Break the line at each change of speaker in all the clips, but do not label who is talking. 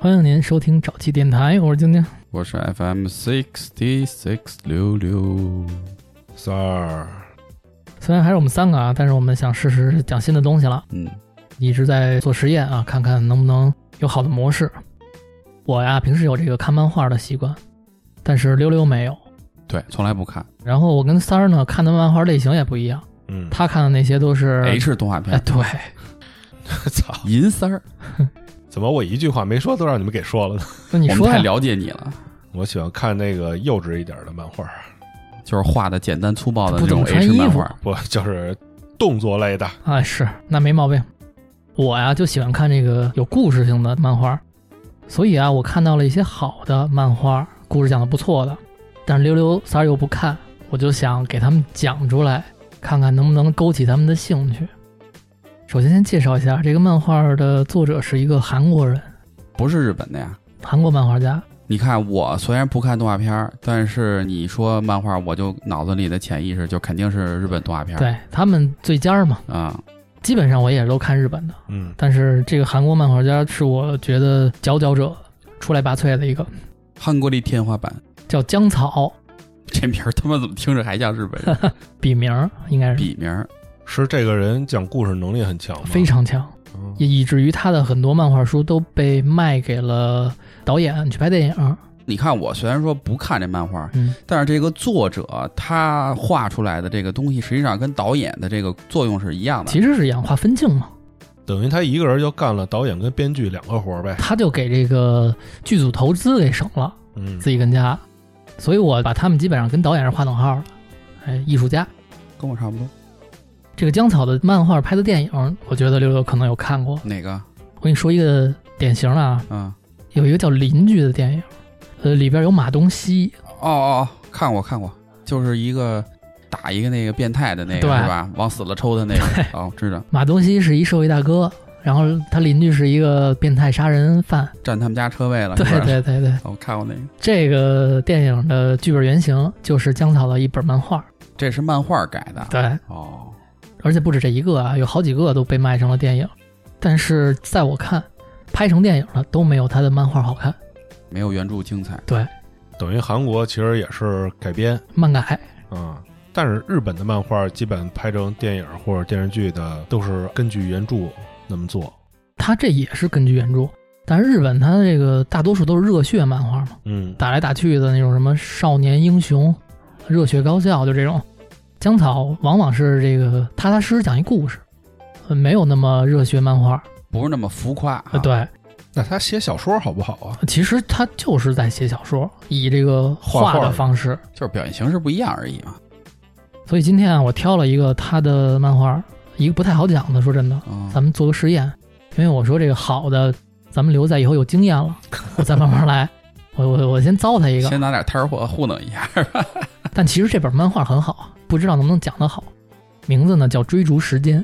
欢迎您收听早期电台，我是晶晶。
我是 FM sixty six 六六，
三儿，
虽然还是我们三个啊，但是我们想试试讲新的东西了，
嗯，
一直在做实验啊，看看能不能有好的模式。我呀，平时有这个看漫画的习惯，但是溜溜没有。
对，从来不看
然后我跟三儿呢看的漫画类型也不一样，
嗯，
他看的那些都是
H 动画
哎，
片，
对，
操，
银三儿，
怎么我一句话没说都让你们给说了呢？
那你
我
说啊
们太
呀，
了解你了，
我喜欢看那个幼稚一点的漫画，
就是画的简单粗暴的
不
那
懂
种
穿
H
衣
漫
服
画，
不就是动作类的？
哎，是那没毛病。我呀就喜欢看这个有故事性的漫画，所以啊，我看到了一些好的漫画，故事讲的不错的，但是溜溜三儿又不看，我就想给他们讲出来，看看能不能勾起他们的兴趣。首先，先介绍一下这个漫画的作者是一个韩国人，
不是日本的呀。
韩国漫画家。
你看，我虽然不看动画片儿，但是你说漫画，我就脑子里的潜意识就肯定是日本动画片儿。
对他们最尖儿嘛，
啊、
基本上我也是都看日本的，
嗯，
但是这个韩国漫画家是我觉得佼佼者，出类拔萃的一个，
韩国的天花板，
叫江草，
这名儿他妈怎么听着还像日本 人？
笔名儿应该是
笔名儿
是这个人讲故事能力很强吗？
非常强，
嗯，
也以至于他的很多漫画书都被卖给了导演去拍电影。
你看，我虽然说不看这漫画，
嗯，
但是这个作者他画出来的这个东西，实际上跟导演的这个作用是一样的。
其实是氧化分镜嘛，
等于他一个人就干了导演跟编剧两个活儿呗。
他就给这个剧组投资给省了，
嗯，
自己跟家，所以我把他们基本上跟导演是划等号了，哎，艺术家。
跟我差不多。
这个江草的漫画拍的电影，我觉得六六可能有看过。
哪个？
我跟你说一个典型的啊，
嗯，
有一个叫《邻居》的电影，呃，里边有马东锡，
哦哦，哦，看过看过，就是一个打一个那个变态的那个
对
是吧？往死了抽的那个。哦，知道，
马东锡是一社会大哥，然后他邻居是一个变态杀人犯。
占他们家车位了。
对
是吧，
对对对，
我、看过那个，
这个电影的剧本原型就是江草的一本漫画。
这是漫画改的。
对，
哦，
而且不止这一个啊，有好几个都被卖成了电影。但是在我看，拍成电影的都没有他的漫画好看。
没有原著精彩。
等于韩国其实也是改编
漫改
啊、但是日本的漫画基本拍成电影或者电视剧的都是根据原著那么做。
它这也是根据原著，但是日本它这个大多数都是热血漫画嘛。
嗯，
打来打去的那种什么少年英雄、热血高校，就这种。江草往往是这个踏踏实实讲一故事，呃没有那么热血漫画。
不是那么浮夸、啊
呃，，对，
那他写小说好不好啊？
其实他就是在写小说，以这个画
画画
的方式。
啊就是表现形式不一样而已嘛。
所以今天啊，我挑了一个他的漫画，一个不太好讲的。说真的，
嗯，
咱们做个实验，因为我说这个好的，咱们留在以后有经验了， 我再慢慢来。我我我先糟蹋一个，
先拿点摊儿货糊弄一下。
但其实这本漫画很好，不知道能不能讲得好。名字呢叫《追逐时间》。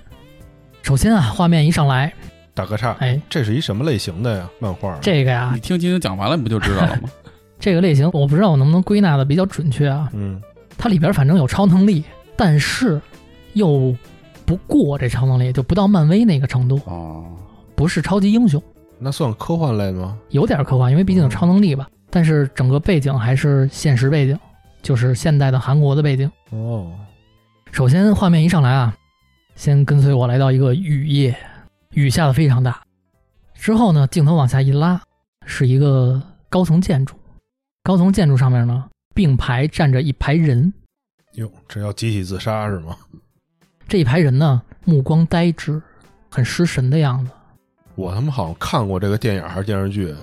首先啊，画面一上来，
打个岔，
哎，
这是一什么类型的呀？漫画？
这个呀
你，听晶晶讲完了，你不就知道了吗？
这个类型，我不知道我能不能归纳的比较准确啊。
嗯，
它里边反正有超能力，但是又不过这超能力，就不到漫威那个程度，
哦，
不是超级英雄，
那算科幻类吗？
有点科幻，因为毕竟有超能力吧。但是整个背景还是现实背景，就是现代的韩国的背景。
哦，
首先，画面一上来啊，先跟随我来到一个雨夜，雨下的非常大。之后呢，镜头往下一拉，是一个高层建筑。高层建筑上面呢，并排站着一排人。
哟，这要集体自杀是吗？
这一排人呢，目光呆滞，很失神的样子。
我他妈好像看过这个电影还是电视剧，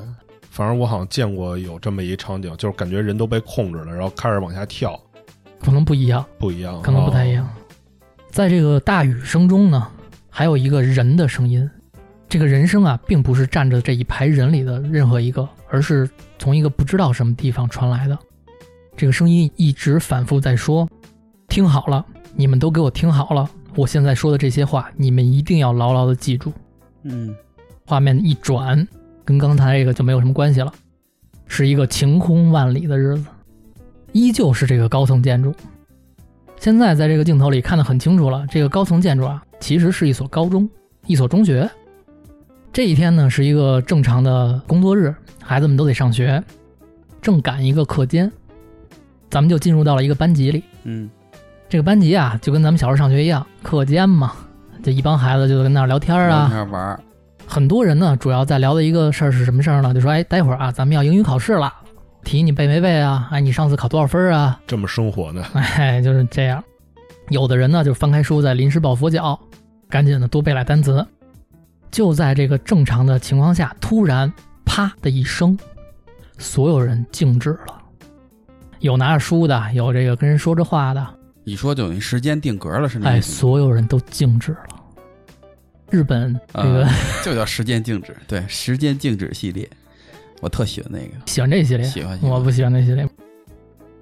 反正我好像见过有这么一场景，就是感觉人都被控制了，然后开始往下跳，
可能不一样，
不一样，啊
可能不太一样。在这个大雨声中呢，还有一个人的声音。这个人声啊，并不是站着这一排人里的任何一个，而是从一个不知道什么地方传来的。这个声音一直反复在说：“听好了，你们都给我听好了，我现在说的这些话，你们一定要牢牢的记住。”
嗯，
画面一转，跟刚才这个就没有什么关系了，是一个晴空万里的日子，依旧是这个高层建筑。现在在这个镜头里看得很清楚了，这个高层建筑啊，其实是一所高中，一所中学。这一天呢是一个正常的工作日，孩子们都得上学，正赶一个课间，咱们就进入到了一个班级里。
嗯
这个班级啊，就跟咱们小时候上学一样，课间嘛，就一帮孩子就跟那儿聊天儿
聊
啊，
天玩儿，
很多人呢，主要在聊的一个事儿是什么事儿呢？就说，哎，待会儿啊，咱们要英语考试了，题你背没背啊？哎，你上次考多少分儿啊？
这么生活呢？
哎，就是这样。有的人呢，就翻开书在临时抱佛脚，赶紧的多背俩单词。就在这个正常的情况下，突然啪的一声，所有人静止了。有拿着书的，有这个跟人说着话的，
你说就等于时间定格了是那
哎，
意思
所有人都静止了。日本这
吗？
个、
啊就叫时间静止，对，时间静止系列，我特喜欢那个，
喜欢这一系列，
喜欢喜欢
我不喜欢那系列。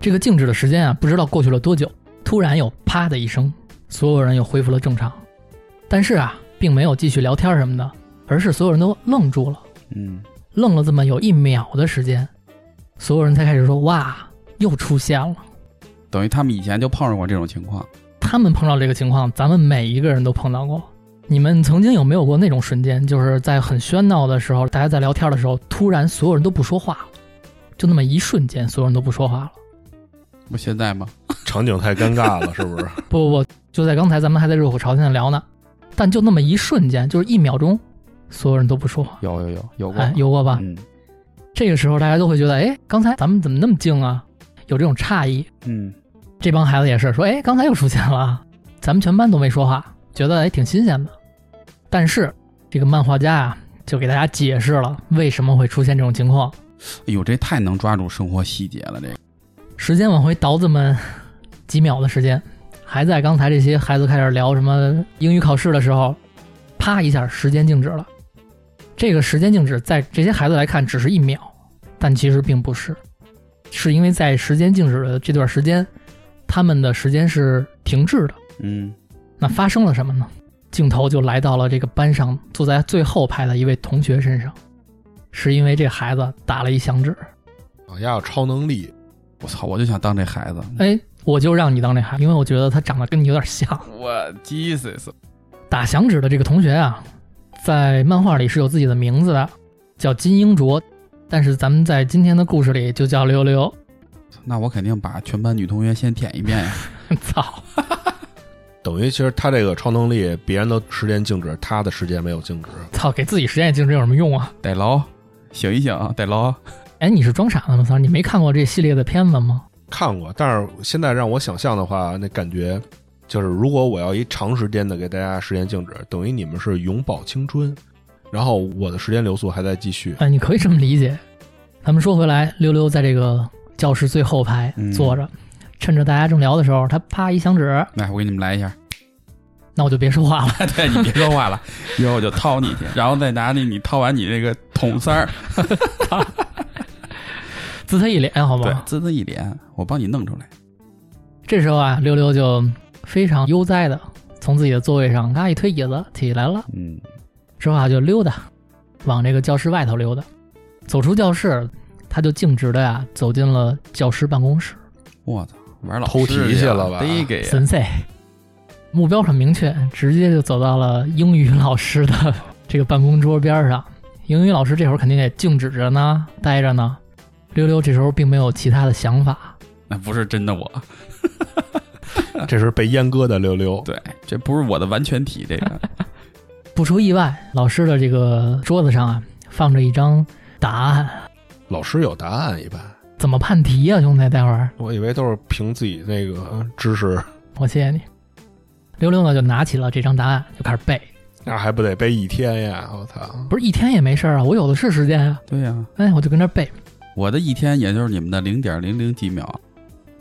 这个静止的时间啊，不知道过去了多久，突然有“啪”的一声，所有人又恢复了正常。但是啊，并没有继续聊天什么的，而是所有人都愣住了，
嗯，
愣了这么有一秒的时间，所有人才开始说：“哇，又出现了
等于他们以前就碰上过这种情况，！”
他们碰到这个情况，咱们每一个人都碰到过。你们曾经有没有过那种瞬间，就是在很喧闹的时候，大家在聊天的时候，突然所有人都不说话了，就那么一瞬间，所有人都不说话了。
不现在吗？
场景太尴尬了，是不是？
不不不，就在刚才咱们还在热火朝天的聊呢，但就那么一瞬间，就是一秒钟，所有人都不说话，
有有有有过，
哎，有过吧？
嗯
这个时候大家都会觉得，哎，刚才咱们怎么那么静啊？有这种诧异。
嗯，
这帮孩子也是说，哎，刚才又出现了，咱们全班都没说话，觉得哎挺新鲜的。但是这个漫画家啊，就给大家解释了为什么会出现这种情况。
哎呦，这太能抓住生活细节了，这个，
时间往回倒这么几秒的时间，还在刚才这些孩子开始聊什么英语考试的时候，啪一下时间静止了。这个时间静止在这些孩子来看只是一秒，但其实并不是，是因为在时间静止的这段时间，他们的时间是停滞的。
嗯
那发生了什么呢？镜头就来到了这个班上坐在最后排的一位同学身上，是因为这孩子打了一响指。
啊，丫有超能力，
我操，我就想当这孩子，
哎，我就让你当这孩子，因为我觉得他长得跟你有点像。
我 Jesus，
打响指的这个同学啊，在漫画里是有自己的名字的，叫金英卓，但是咱们在今天的故事里就叫溜溜。
那我肯定把全班女同学先舔一遍 呀，
操，
等于其实他这个超能力，别人的时间静止，他的时间没有静止。
操，给自己时间也静止有什么用啊？
得捞，醒一醒，啊得捞，
哎，你是装傻的吗？三儿，你没看过这系列的片子吗？
看过，但是现在让我想象的话，那感觉就是，如果我要一长时间的给大家时间静止，等于你们是永葆青春，然后我的时间流速还在继续。
哎，你可以这么理解。咱们说回来，溜溜在这个教室最后排
嗯
坐着，趁着大家正聊的时候，他啪一响指，
来，我给你们来一下。
那我就别说话了。
对你别说话了，一会儿我就掏你去，然后再拿那你掏完你这个桶塞儿，
自他一脸，好
对
吗？，
滋滋一脸，我帮你弄出来。
这时候啊，溜溜就非常悠哉的从自己的座位上嘎一推椅子起来了，
嗯，
之后啊就溜达，往这个教室外头溜达。走出教室，他就径直的呀、走进了教师办公室。
我操，玩老
偷
师
题去了吧
第一个 哎呀，
神 C，目标很明确，直接就走到了英语老师的这个办公桌边上。英语老师这会儿肯定也静止着呢，呆着呢。溜溜这时候并没有其他的想法，
那不是真的我，
这是被阉割的溜溜，
对，这不是我的完全体，这个
不出意外，老师的这个桌子上啊放着一张答案，
老师有答案一般，
怎么判题呀、兄弟？待会儿
我以为都是凭自己那个呃知识，
我谢谢你。溜溜呢就拿起了这张答案，就开始背。
那还不得背一天呀！我操，
不是一天也没事儿啊，我有的是时间啊。
对呀、
哎，我就跟那儿背，
我的一天也就是你们的零点零零几秒。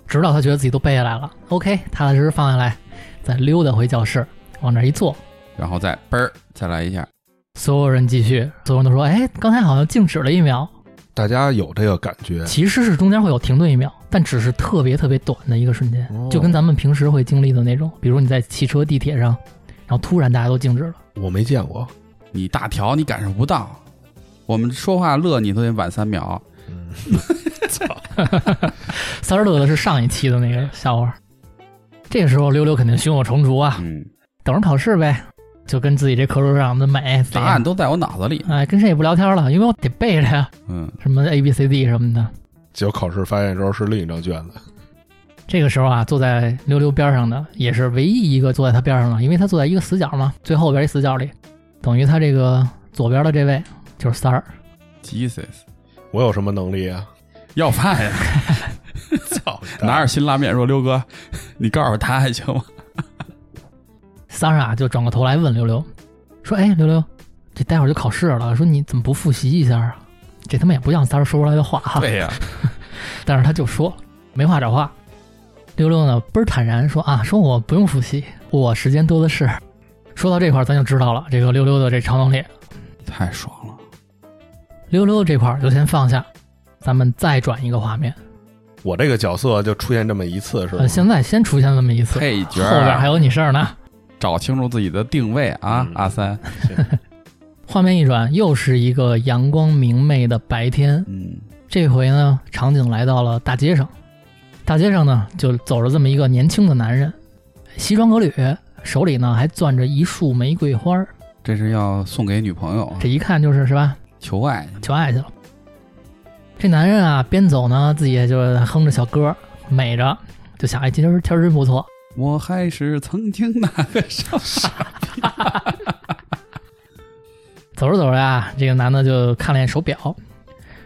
直到他觉得自己都背下来了。OK，踏踏实实放下来，再溜达回教室，往那儿一坐。
然后再嘣儿再来一下，
所有人继续，所有人都说：“哎，刚才好像静止了一秒。
大家有这个感”觉，
其实是中间会有停顿一秒，但只是特别特别短的一个瞬间。
哦
就跟咱们平时会经历的那种，比如你在汽车、地铁上，然后突然大家都静止了。
我没见过。
你大条你感受不到，我们说话乐你都得晚三秒，
嗯，
三儿乐的是上一期的那个笑话。这个时候溜溜肯定胸有成竹啊，
嗯，
等着考试呗。就跟自己这课桌上的美啊
答案都在我脑子里。
哎，跟谁也不聊天了，因为我得背着呀，
嗯，
什么 A B C D 什么的。
结果考试发现之后是另一张卷子，
这个时候啊，坐在溜溜边上的也是唯一一个坐在他边上的，因为他坐在一个死角嘛，最后边一死角里，等于他这个左边的这位就是三儿。
Jesus，
我有什么能力啊？
要饭呀！
操你大爷，
拿着辛拉面说：“刘哥， 你告诉他还行吗
三儿啊就转过头来问溜溜，说：“哎，溜溜，这待会儿就考试了，说你怎么不复习一下啊？”这他妈也不像三儿说出来的话？”哈、
对呀、
但是他就说没话找话。溜溜呢倍儿坦然说啊，说我不用复习，我时间多的是。说到这块儿，咱就知道了这个溜溜的这超能力。
太爽了。
溜溜这块儿就先放下，咱们再转一个画面。
我这个角色就出现这么一次是吧
呃，？现在先出现这么一次，
配角
后边还有你事儿呢。
找清楚自己的定位啊，
嗯
阿三。
画面一转，又是一个阳光明媚的白天。
嗯，
这回呢，场景来到了大街上，大街上呢就走着这么一个年轻的男人，西装革履，手里呢还攥着一束玫瑰花儿。
这是要送给女朋友啊
这一看就是是吧？
求爱去。
求爱去了。这男人啊，边走呢，自己也就哼着小歌，美着，就想，哎，今儿天儿真不错。
我还是曾经那个少傻。
走着走着啊，这个男的就看了一眼手表，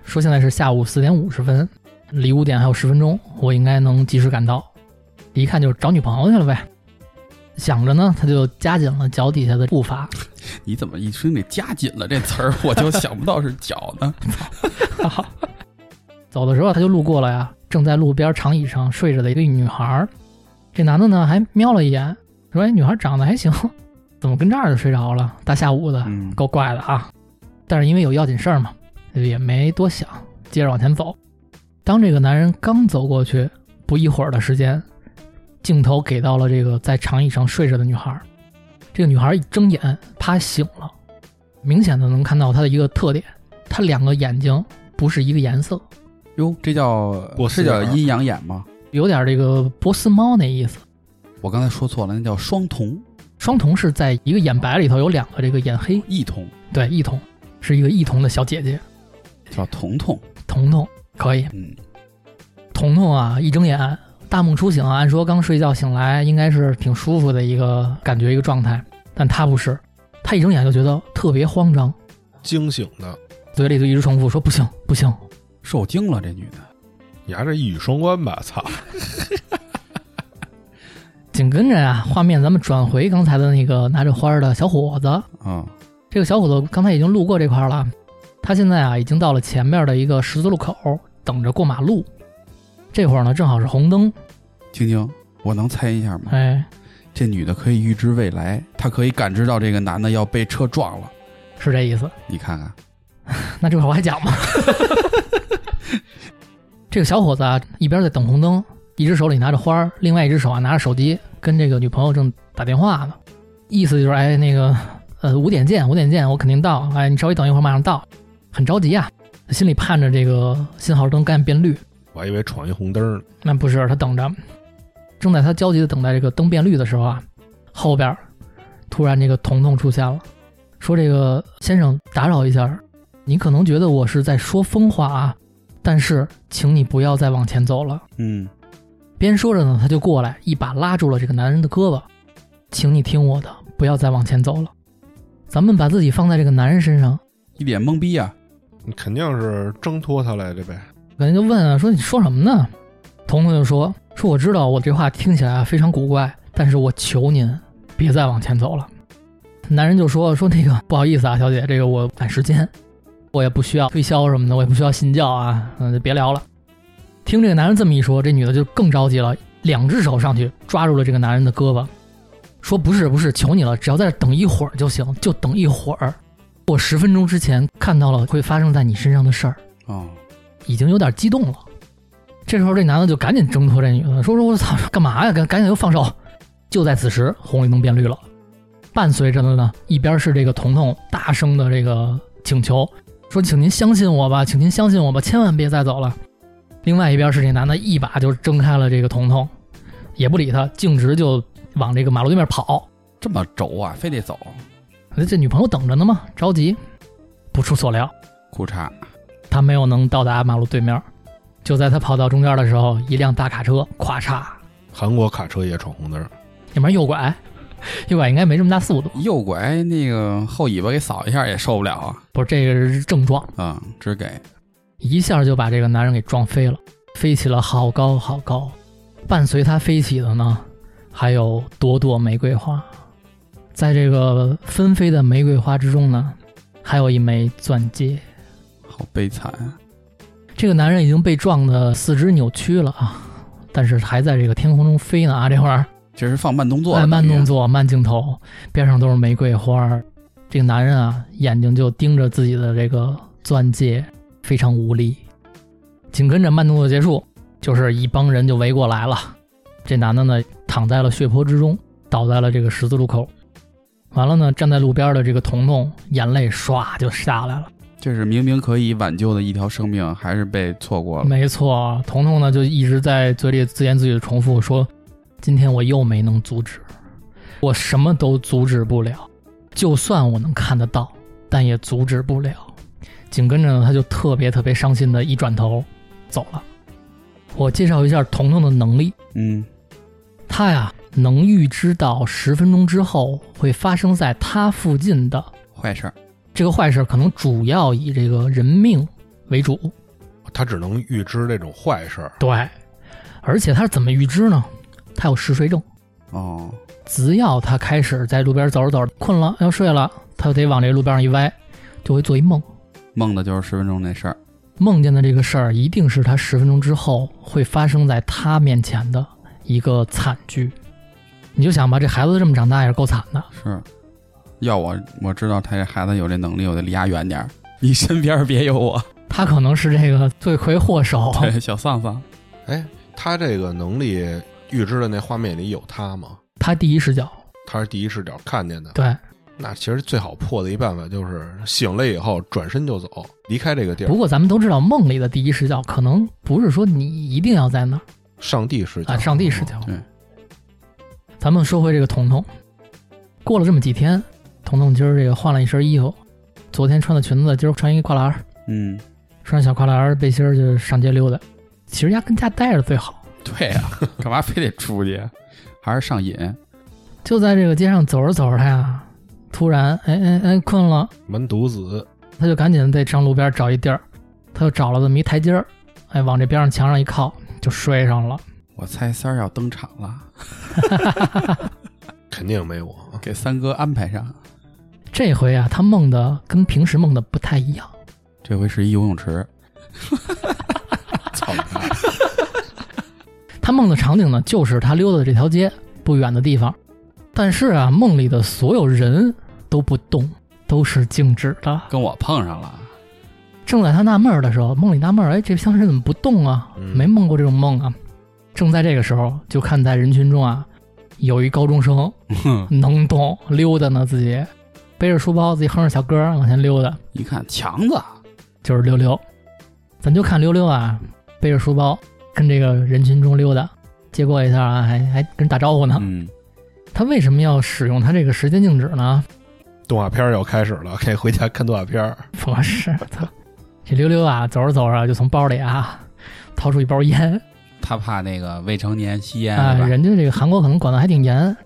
说现在是下午四点五十分，离五点还有十分钟，我应该能及时赶到。一看就是找女朋友去了呗。想着呢，他就加紧了脚底下的步伐，
你怎么一听这加紧了这词儿，我就想不到是脚呢？
走的时候他就路过了呀，正在路边长椅上睡着的一个女孩儿。这男的呢还瞄了一眼，说：“哎，女孩长得还行，怎么跟这儿就睡着了？大下午的，
嗯，
够怪的啊！”但是因为有要紧事儿嘛，也没多想，接着往前走。当这个男人刚走过去不一会儿的时间，镜头给到了这个在长椅上睡着的女孩儿。这个女孩儿一睁眼，啪醒了，明显的能看到她的一个特点，她两个眼睛不是一个颜色。
哟，这叫这
过四眼
叫
儿
阴阳眼吗？
有点这个波斯猫那意思。
我刚才说错了，那叫双瞳、
双瞳是在一个眼白里头有两个这个眼黑，
异瞳，
对，异瞳是一个异瞳的小姐姐，
叫瞳瞳。
彤彤可以。
嗯，
彤彤啊，一睁眼大梦初醒啊，按说刚睡觉醒来应该是挺舒服的一个感觉一个状态，但她不是，她一睁眼就觉得特别慌张，
惊醒的，
嘴里就一直重复说不行不行。
受惊了，这女的。
你还是一语双关吧？操！
紧跟着啊，画面咱们转回刚才的那个拿着花儿的小伙子，
啊、
这个小伙子刚才已经路过这块儿了，他现在啊已经到了前面的一个十字路口，等着过马路。这会儿呢，正好是红灯，
晶晶，我能猜一下吗？
哎，
这女的可以预知未来，她可以感知到这个男的要被车撞了。
是这意思。
你看看，
那这块儿我还讲吗？ 这个小伙子啊，一边在等红灯，一只手里拿着花儿，另外一只手啊拿着手机，跟这个女朋友正打电话呢。意思就是，哎，那个，呃，五点见，五点见，我肯定到。哎，你稍微等一会儿，马上到。很着急啊，心里盼着这个信号灯赶紧变绿。
我还以为闯一红灯呢。
那不是，他等着，正在他焦急的等待这个灯变绿的时候啊，后边儿突然这个彤彤出现了，说：“这个先生，打扰一下，你可能觉得我是在说疯话啊，但是请你不要再往前走了。
嗯，”
边说着呢，他就过来，一把拉住了这个男人的胳膊，请你听我的，不要再往前走了。咱们把自己放在这个男人身上，
一脸懵逼啊。
你肯定是挣脱他来的呗。
感觉就问啊，说你说什么呢？彤彤就说说我知道我这话听起来啊非常古怪，但是我求您别再往前走了。男人就说说那个不好意思啊，小姐，这个我赶时间，我也不需要推销什么的，我也不需要信教啊，嗯，就别聊了。听这个男人这么一说，这女的就更着急了，两只手上去抓住了这个男人的胳膊，说不是不是，求你了，只要在这等一会儿就行，就等一会儿。我十分钟之前看到了会发生在你身上的事儿。
哦，
已经有点激动了。这时候，这男的就赶紧挣脱这女的，说：“说我操，干嘛呀？赶赶紧就放手！”就在此时，红绿灯变绿了，伴随着的呢，一边是这个彤彤大声的这个请求，说：“请您相信我吧，请您相信我吧，千万别再走了。”另外一边是这男的一把就挣开了这个彤彤，也不理他，径直就往这个马路对面跑，
这么轴啊，非得走
这女朋友等着呢嘛，着急。不出所料，
裤衩，
他没有能到达马路对面。就在他跑到中间的时候，一辆大卡车咵嚓，
韩国卡车也闯红灯，
要不然右拐， 右拐应该没这么大速度。
右拐那个后尾巴给扫一下也受不了啊，
不是，这个是正撞，
啊、嗯，只给
一下就把这个男人给撞飞了，飞起了好高好高。伴随他飞起的呢，还有朵朵玫瑰花。在这个纷飞的玫瑰花之中呢，还有一枚钻戒。
好悲惨啊。
这个男人已经被撞的四肢扭曲了啊，但是还在这个天空中飞呢啊，这会儿
这是放慢动作
哎，
了，
慢动
作，
作，慢镜头，边上都是玫瑰花儿。这个男人啊，眼睛就盯着自己的这个钻戒，非常无力。紧跟着慢动作结束，就是一帮人就围过来了。这男的呢，躺在了血泊之中，倒在了这个十字路口。完了呢，站在路边的这个彤彤，眼泪唰就下来了。
这是明明可以挽救的一条生命，还是被错过了。
没错，彤彤呢就一直在嘴里自言自语的重复说：“今天我又没能阻止，我什么都阻止不了，就算我能看得到，但也阻止不了。”紧跟着呢，他就特别特别伤心的一转头走了。我介绍一下彤彤的能力，
嗯，
他呀能预知到十分钟之后会发生在他附近的
坏事儿，
这个坏事，可能主要以这个人命为主。
他只能预知这种坏事儿。
对，而且他是怎么预知呢？他有嗜睡症，
哦，
只要他开始在路边走着走着困了要睡了，他就得往这路边上一歪，就会做一梦，
梦的就是十分钟那事儿，
梦见的这个事儿一定是他十分钟之后会发生在他面前的一个惨剧。你就想吧，这孩子这么长大也是够惨的。
是，要我我知道他这孩子有这能力，我得离他远点儿，你身边别 有我，
他可能是这个罪魁祸首，
对，小丧丧，
哎，他这个能力预知的那画面里有他吗？
他第一视角。
他是第一视角看见的。
对，
那其实最好破的一办法就是醒了以后转身就走，离开这个地儿
不。过咱们都知道，梦里的第一视角可能不是说你一定要在那儿
上帝视角，
啊，上帝视角。
对，
咱们说回这个彤彤，过了这么几天，彤彤今儿这个换了一身衣服，昨天穿的裙子，今儿穿一跨栏儿，
嗯，
穿小跨栏儿背心儿就上街溜达。其实丫跟家待着最好，
对呀、干嘛非得出去？还是上瘾？
就在这个街上走着走着呀，突然哎哎哎困了，
门独子。
他就赶紧得上路边找一地儿，他就找了这么一台阶儿，哎，往这边上墙上一靠就摔上了。
我猜三儿要登场了，
肯定没我，啊
给三哥安排上。
这回啊，他梦的跟平时梦的不太一样，
这回是一游泳池，
操他！
他梦的场景呢，就是他溜达的这条街不远的地方，但是啊，梦里的所有人都不动，都是静止的。
跟我碰上了。
正在他纳闷儿的时候，梦里纳闷儿，哎，这僵尸怎么不动啊？
嗯
没梦过这种梦啊！正在这个时候，就看在人群中啊，有一高中生
哼，
能动，溜达呢，自己背着书包，自己哼着小歌儿往前溜达，
一看强子，啊
就是溜溜。咱就看溜溜啊，背着书包跟这个人群中溜达，接过一下啊，还还跟人打招呼呢。
嗯，
他为什么要使用他这个时间静止呢？
动画片儿要开始了，可以回家看动画片儿。
不是，他这溜溜啊，走着走着就从包里啊掏出一包烟
他怕那个未成年吸烟，
啊，
哎是吧？
人家这个韩国可能管的还挺严，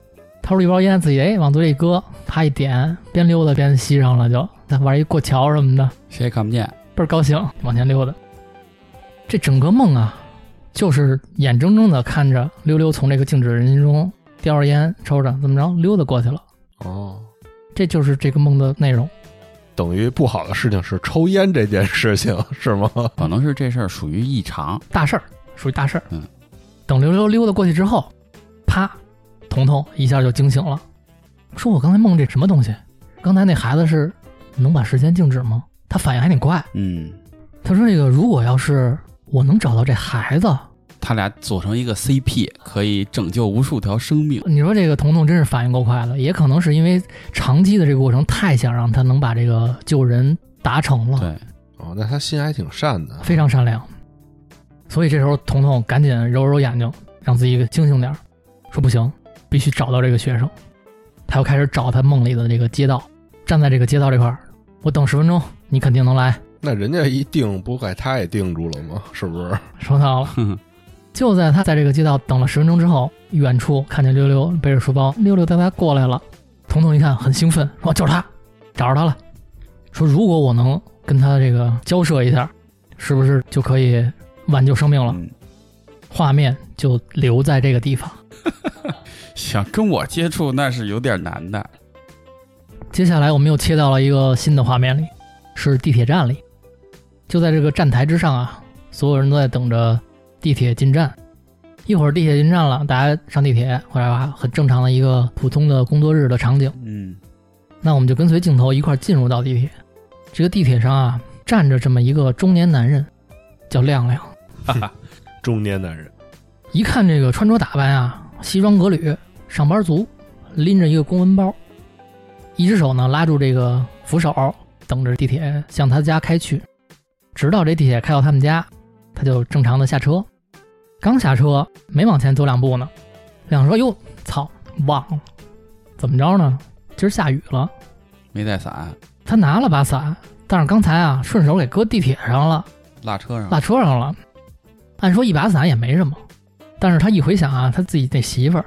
掏出一包烟，自己哎往嘴里搁，啪一点，边溜达边吸上了就，再玩一过桥什么的，
谁也看不见。
倍儿高兴，往前溜达。这整个梦啊，就是眼睁睁的看着溜溜从这个静止人群中叼着烟抽着，怎么着溜达过去了，
哦，
这就是这个梦的内容。
等于不好的事情是抽烟这件事情，是吗？
可能是这事儿属于异常，
大事儿，属于大事儿。
嗯，
等溜溜溜达过去之后，啪，彤彤一下就惊醒了，说：“我刚才梦这什么东西？刚才那孩子是能把时间静止吗？他反应还挺快。
嗯，
他说：‘这个如果要是我能找到这孩子，
他俩组成一个 CP，可以拯救无数条生命。
你说这个彤彤真是反应够快的，也可能是因为长期的这个过程太想让他能把这个救人达成了，
对，
哦，那他心还挺善的。啊
非常善良。所以这时候彤彤赶紧揉揉眼睛，让自己清醒点儿，说不行，必须找到这个学生。他又开始找他梦里的这个街道，站在这个街道这块儿，我等十分钟，你肯定能来。
那人家一定不给他也定住了吗？是不是？
说到了，就在他在这个街道等了十分钟之后，远处看见溜溜背着书包，溜溜带他过来了。彤彤一看很兴奋，说：“就是他，找着他了。”说：“如果我能跟他这个交涉一下，是不是就可以挽救生命了
嗯？”
画面就留在这个地方。
想跟我接触那是有点难的。
接下来我们又切到了一个新的画面里，是地铁站里。就在这个站台之上啊，所有人都在等着地铁进站。一会儿地铁进站了，大家上地铁，或者很正常的一个普通的工作日的场景。
嗯，
那我们就跟随镜头一块儿进入到地铁。这个地铁上啊，站着这么一个中年男人，叫亮亮。
中年男人，
一看这个穿着打扮啊，西装革履，上班族，拎着一个公文包，一只手呢拉住这个扶手，等着地铁向他家开去。直到这地铁开到他们家，他就正常的下车。刚下车，没往前走两步呢，亮说：“哟，操，忘了，怎么着呢？今儿下雨了。”
没带伞，
他拿了把伞，但是刚才啊顺手给搁地铁上了，
落车上了。
落车上了。按说一把伞也没什么，但是他一回想啊，他自己那媳妇儿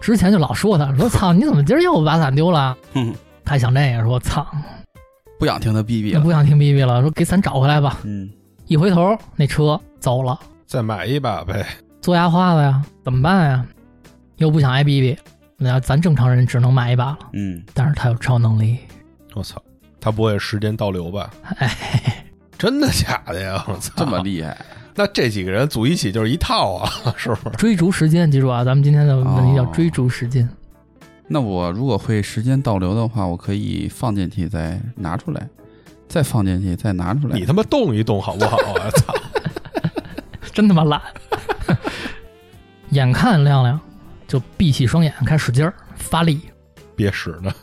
之前就老说他，说操，你怎么今儿又把伞丢了？
哼，
他一想这个，说操，
不想听他逼逼
也
了。
不想听逼逼了，说给伞找回来吧。
嗯，
一回头，那车走了，
再买一把呗。
做牙花子呀，怎么办呀？又不想挨逼逼，那咱正常人只能买一把了。
嗯，
但是他有超能力，
我操，他不会时间倒流吧？
哎，
真的假的呀？我操，
这么厉害，
那这几个人组一起就是一套啊，是不是？
追逐时间，记住啊，咱们今天的问题叫
哦
追逐时间。
那我如果会时间倒流的话，我可以放进去再拿出来，再放进去再拿出来
你。他妈动一动好不好啊？操！
真他妈懒。眼看亮亮就闭起双眼，开始使劲儿发力，嗯
别使了，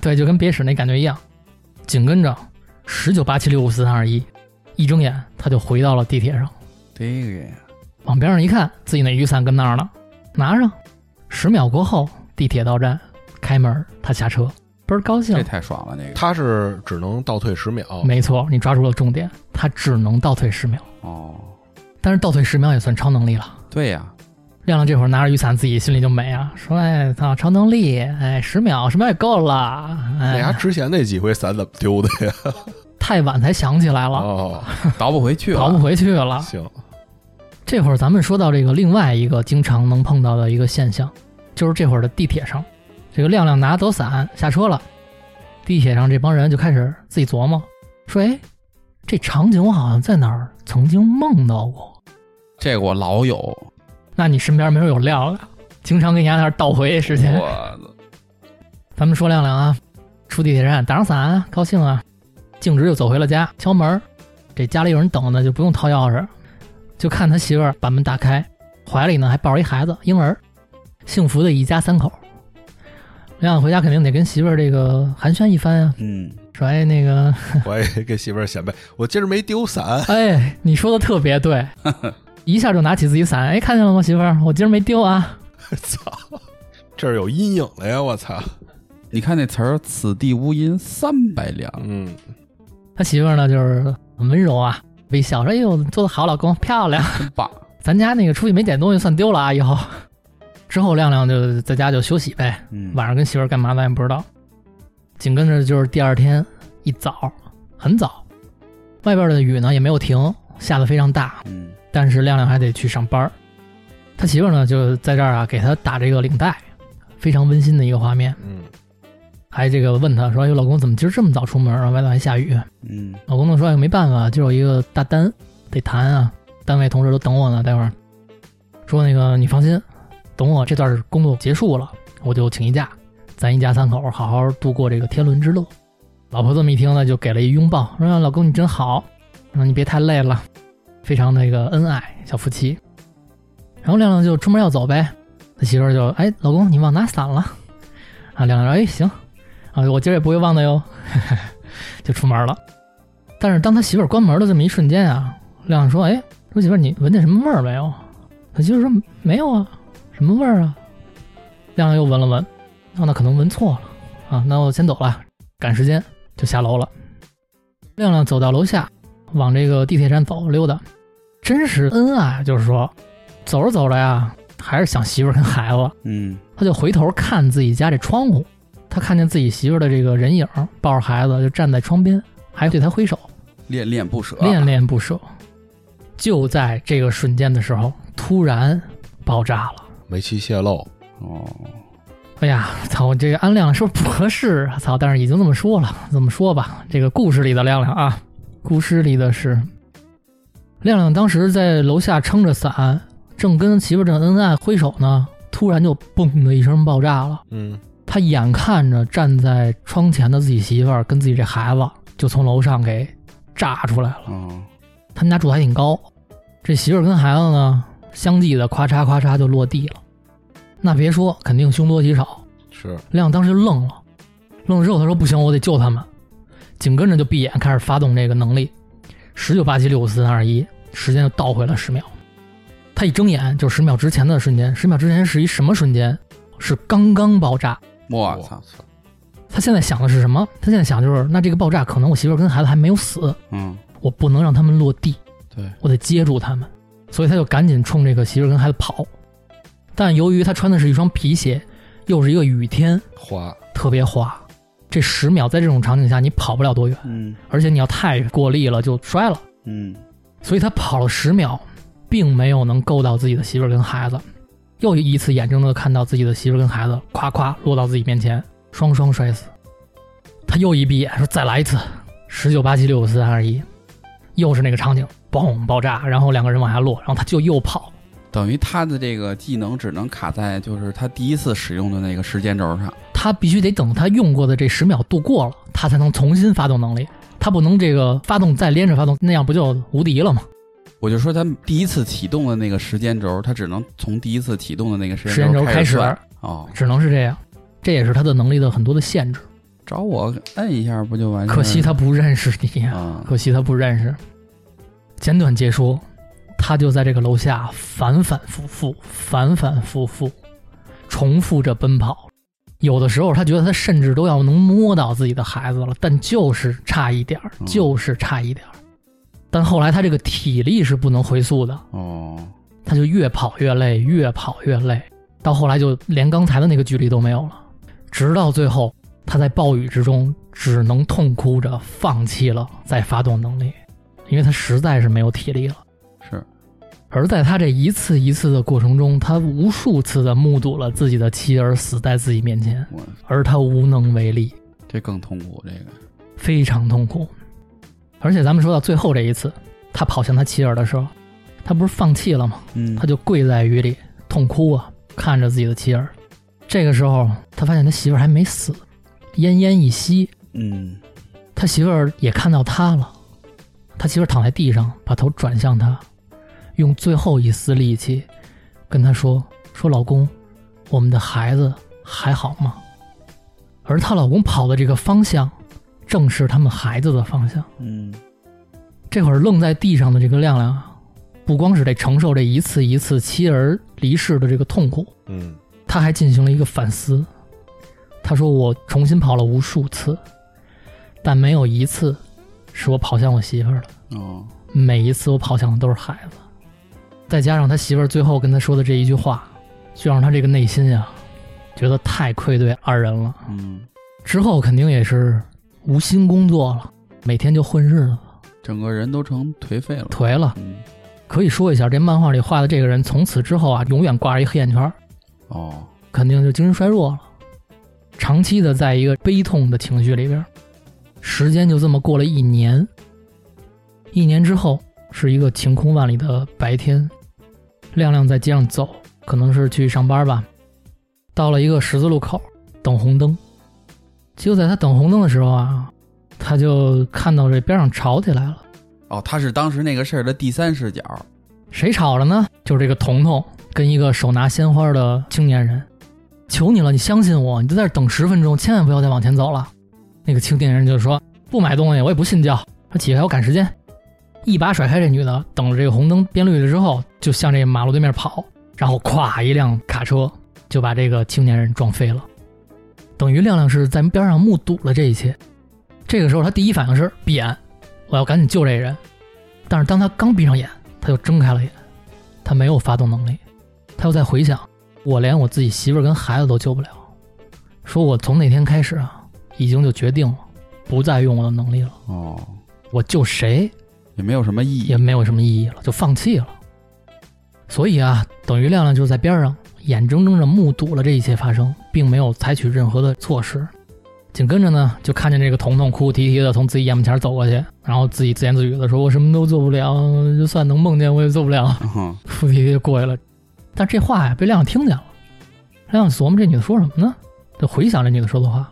对，就跟憋屎那感觉一样。紧跟着十九八七六五四三二一，一睁眼他就回到了地铁上，
这个呀，
往边上一看，自己那雨伞跟那儿呢，拿上。十秒过后，地铁到站，开门，他下车，倍儿高兴
这。太爽了，这个。
他是只能倒退十秒，
没错，你抓住了重点，他只能倒退十秒，
哦，
但是倒退十秒也算超能力了。
对呀，
亮亮这会儿拿着雨伞，自己心里就美啊，说：“哎，操，超能力，哎，十秒，十秒也够了，
那家
哎，
之前那几回伞怎么丢的呀？
太晚才想起来了，
哦，
倒不回去
倒不
了。
回去了。
行，”
这会儿咱们说到这个另外一个经常能碰到的一个现象，就是这会儿的地铁上，这个亮亮拿走伞下车了，地铁上这帮人就开始自己琢磨，说：“哎，这场景我好像在哪儿曾经梦到过。”
这个我老有，
那你身边没有有亮亮，经常跟人家那儿倒回时间。
我
咱们说亮亮啊，出地铁站打上伞啊，高兴啊，径直就走回了家，敲门儿，这家里有人等呢，就不用掏钥匙，就看他媳妇儿把门打开，怀里呢还抱着一孩子婴儿，幸福的一家三口。亮亮回家肯定得跟媳妇儿这个寒暄一番啊，
嗯，
说哎那个，。
我也给媳妇儿显摆，我今儿没丢伞
哎你说的特别对，一下就拿起自己伞，哎看见了吗媳妇儿，我今儿没丢啊，
操，这儿有阴影了呀！我操，
你看那词儿“此地无银三百两
嗯，
他媳妇儿呢就是很温柔啊，微笑说哎呦做的好老公漂亮。”，
真棒。
咱家那个出去没点东西算丢了啊，以后。 之后亮亮就在家就休息呗，
嗯，
晚上跟媳妇儿干嘛咱也不知道。紧跟着就是第二天一早，很早，外边的雨呢也没有停，下的非常大，
嗯，
但是亮亮还得去上班儿。他媳妇儿呢就在这儿啊给他打这个领带，非常温馨的一个画面，
嗯，
还这个问他说：“哎哟，老公怎么今儿这么早出门啊？外头还下雨。”
嗯，
老公呢说：“哎，没办法，就有一个大单得谈啊，单位同事都等我呢，待会儿。”说那个你放心，等我这段工作结束了，我就请一假，咱一家三口好好度过这个天伦之乐。老婆这么一听呢，就给了一拥抱，说：“老公你真好，嗯，你别太累了，非常那个恩爱小夫妻。”然后亮亮就出门要走呗，他媳妇儿就：“哎，老公你忘拿伞 了。”啊，亮亮说：“哎，行，啊，我今儿也不会忘的哟。” 就出门了。但是当他媳妇儿关门的这么一瞬间啊，亮亮说：“哎，说媳妇儿，你闻见什么味儿没有？”他媳妇儿说：“没有啊，什么味儿啊？”亮亮又闻了闻，啊，那可能闻错了。啊，那我先走了，赶时间，就下楼了。亮亮走到楼下，往这个地铁站走溜达，真是恩啊！就是说，走着走着呀，还是想媳妇儿跟孩子，
嗯
他就回头看自己家这窗户，他看见自己媳妇儿的这个人影，抱着孩子就站在窗边，还对他挥手，
恋恋不舍，啊
恋恋不舍。就在这个瞬间的时候，突然爆炸了。
煤气泄漏，
哦，
哎呀，操！我这个安亮是不是不合适啊？操！但是已经这么说了，这么说吧，这个故事里的亮亮啊，故事里的是亮亮，当时在楼下撑着伞，正跟媳妇儿正恩爱挥手呢，突然就嘣的一声爆炸了。
嗯，
他眼看着站在窗前的自己媳妇儿跟自己这孩子就从楼上给炸出来了。
哦，
他们家住的还挺高，这媳妇儿跟孩子呢，相继的咔嚓咔嚓就落地了。那别说，肯定凶多吉少。
是
亮当时就愣了，愣了之后他说：“不行，我得救他们。”紧跟着就闭眼开始发动这个能力，十九八七六五四三二一，时间就倒回了十秒。他一睁眼就十秒之前的瞬间，十秒之前是一什么瞬间？是刚刚爆炸。
我操，
操，
他现在想的是什么？他现在想就是，那这个爆炸可能我媳妇儿跟孩子还没有死，
嗯，
我不能让他们落地，
对，
我得接住他们，所以他就赶紧冲这个媳妇儿跟孩子跑。但由于他穿的是一双皮鞋，又是一个雨天，
花
特别滑。这十秒在这种场景下，你跑不了多远，
嗯
而且你要太过力了就摔了。
嗯，
所以他跑了十秒，并没有能够到自己的媳妇儿跟孩子。又一次眼睁睁的看到自己的媳妇儿跟孩子夸夸落到自己面前，双双摔死。他又一闭眼说：“再来一次，十九八七六五四三二一。”又是那个场景，嘣爆炸，然后两个人往下落，然后他就又跑。
等于他的这个技能只能卡在就是他第一次使用的那个时间轴上，
他必须得等他用过的这十秒度过了，他才能重新发动能力。他不能这个发动再连着发动，那样不就无敌了吗？
我就说他第一次启动的那个时间轴，他只能从第一次启动的那个时
时间轴
开
开始，
算哦，
只能是这样。这也是他的能力的很多的限制。
找我摁一下不就完事儿了？
可惜他不认识你，
啊，
可惜他不认识。简短解说，他就在这个楼下反反复复、反反复复，重复着奔跑。有的时候，他觉得他甚至都要能摸到自己的孩子了，但就是差一点儿，
嗯
就是差一点儿。但后来他这个体力是不能回溯的，
哦，
他就越跑越累，越跑越累，到后来就连刚才的那个距离都没有了。直到最后，他在暴雨之中只能痛哭着放弃了再发动能力，因为他实在是没有体力了。
是，
而在他这一次一次的过程中，他无数次的目睹了自己的妻儿死在自己面前，
我
而他无能为力，
这更痛苦，这个
非常痛苦。而且咱们说到最后这一次，他跑向他妻儿的时候，他不是放弃了吗？
嗯，
他就跪在雨里痛哭啊，看着自己的妻儿。这个时候，他发现他媳妇儿还没死，奄奄一息。
嗯
他媳妇儿也看到他了，他媳妇儿躺在地上，把头转向他，用最后一丝力气跟他说：“说老公，我们的孩子还好吗？”而她老公跑的这个方向，正是他们孩子的方向。
嗯
这会儿愣在地上的这个亮亮啊，不光是得承受这一次一次妻儿离世的这个痛苦，
嗯，
他还进行了一个反思。他说：“我重新跑了无数次，但没有一次是我跑向我媳妇儿的。
哦，
每一次我跑向的都是孩子。”再加上他媳妇儿最后跟他说的这一句话，就让他这个内心呀、觉得太愧对二人了。
嗯，
之后肯定也是无心工作了，每天就混日子，
整个人都成颓废了，
颓了。
嗯，
可以说一下，这漫画里画的这个人，从此之后啊，永远挂着一黑眼圈，
哦，
肯定就精神衰弱了，长期的在一个悲痛的情绪里边儿。时间就这么过了一年，一年之后是一个晴空万里的白天，亮亮在街上走，可能是去上班吧，到了一个十字路口等红灯。就在他等红灯的时候啊，他就看到这边上吵起来了。
哦，他是当时那个事儿的第三视角，
谁吵了呢？就是这个彤彤跟一个手拿鲜花的青年人，求你了，你相信我，你就在这儿等十分钟，千万不要再往前走了。那个青年人就说不买东西，我也不信教，他起开，我赶时间，一把甩开这女的，等着这个红灯变绿了之后，就向这马路对面跑，然后咵一辆卡车就把这个青年人撞飞了。等于亮亮是在边上目睹了这一切。这个时候，他第一反应是闭眼，我要赶紧救这人。但是当他刚闭上眼，他就睁开了眼，他没有发动能力。他又在回想，我连我自己媳妇儿跟孩子都救不了。说我从那天开始啊，已经就决定了，不再用我的能力了。
哦，
我救谁
也没有什么意义
也。没有什么意义了，就放弃了。所以啊，等于亮亮就在边上眼睁睁地目睹了这一切发生，并没有采取任何的措施。紧跟着呢，就看见这个彤彤哭哭啼啼的从自己眼门前走过去，然后自己自言自语的说：“我什么都做不了，就算能梦见我也做不了。
嗯”
哭哭啼啼地过去了。但这话呀，被亮亮听见了。亮亮琢磨这女的说什么呢？就回想这女的说的话，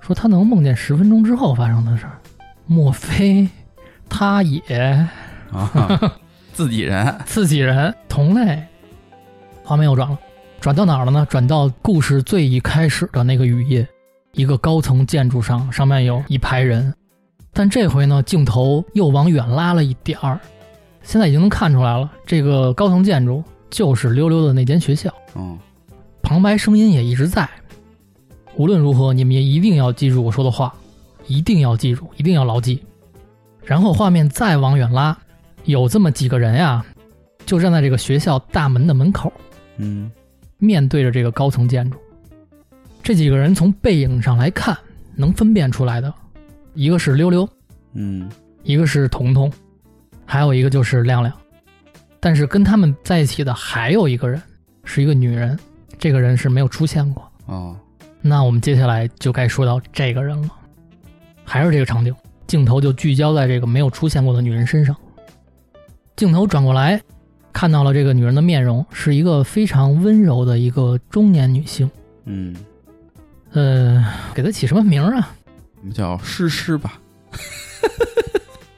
说她能梦见十分钟之后发生的事儿，莫非她也
啊，自己人
自己人同类。画面又转了，转到哪儿了呢？转到故事最一开始的那个雨夜，一个高层建筑上，上面有一排人。但这回呢，镜头又往远拉了一点儿，现在已经能看出来了，这个高层建筑就是溜溜的那间学校。
嗯，
旁白声音也一直在。无论如何，你们也一定要记住我说的话，一定要记住，一定要牢记。然后画面再往远拉，有这么几个人呀，就站在这个学校大门的门口，
嗯，
面对着这个高层建筑。这几个人从背影上来看，能分辨出来的，一个是溜溜，
嗯，
一个是彤彤，还有一个就是亮亮。但是跟他们在一起的还有一个人，是一个女人，这个人是没有出现过。
哦，
那我们接下来就该说到这个人了，还是这个场景，镜头就聚焦在这个没有出现过的女人身上。镜头转过来，看到了这个女人的面容，是一个非常温柔的一个中年女性。
嗯，
呃，给她起什么名儿啊？
我们叫诗诗吧。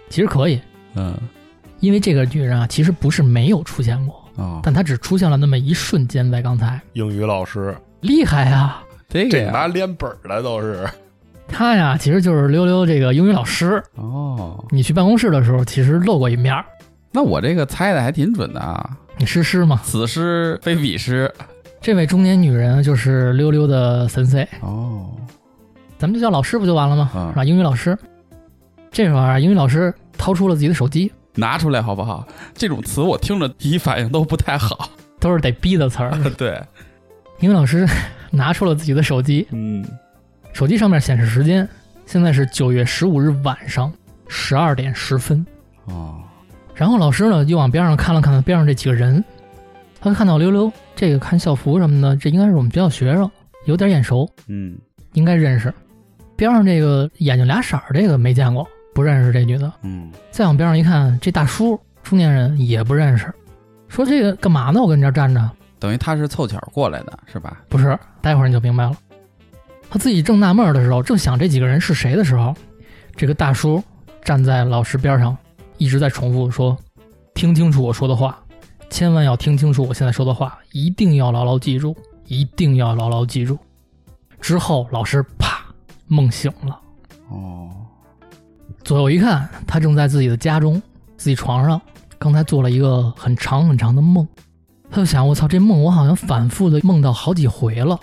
其实可以，
嗯，
因为这个女人啊，其实不是没有出现过，
哦，
但她只出现了那么一瞬间，在刚才。
英语老师，
厉害啊！
这个
这拿
呀，
连本儿了都是。
她呀，其实就是溜溜这个英语老师。
哦，
你去办公室的时候，其实露过一面儿。
那我这个猜的还挺准的啊，
你诗诗吗？
此诗非彼诗。
这位中年女人就是溜溜的森 C，
哦，
咱们就叫老师不就完了吗？
嗯
是吧？英语老师，这时候啊，英语老师掏出了自己的手机，
拿出来好不好？这种词我听着第一反应都不太好。
都是得逼的词儿。
对，
英语老师拿出了自己的手机，
嗯，
手机上面显示时间，现在是九月十五日晚上十二点十分。
哦，
然后老师呢，又往边上看了看边上这几个人，他看到溜溜这个看校服什么的，这应该是我们学校学生，有点眼熟，
嗯，
应该认识。边上这个眼睛俩色儿这个没见过，不认识这女的。
嗯，
再往边上一看，这大叔中年人也不认识，说这个干嘛呢？我跟这儿站着，
等于他是凑巧过来的，是吧？
不是，待会儿你就明白了。他自己正纳闷儿的时候，正想这几个人是谁的时候，这个大叔站在老师边上，一直在重复说：“听清楚我说的话，千万要听清楚我现在说的话，一定要牢牢记住，一定要牢牢记住。”之后，老师啪梦醒了。
哦，
左右一看，他正在自己的家中，自己床上，刚才做了一个很长很长的梦。他就想，我操，这梦我好像反复的梦到好几回了，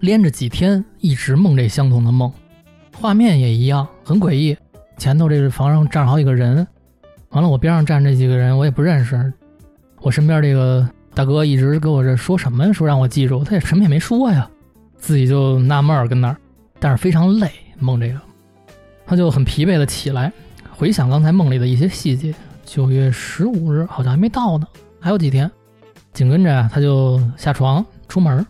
连着几天一直梦这相同的梦，画面也一样，很诡异。前头这个房上站着好几个人，完了我边上站这几个人我也不认识，我身边这个大哥一直跟我这说什么呀，说让我记住，他也什么也没说呀，自己就纳闷儿跟那儿，但是非常累，梦这个。他就很疲惫的起来，回想刚才梦里的一些细节。九月十五日好像还没到呢，还有几天。紧跟着啊他就下床出门儿，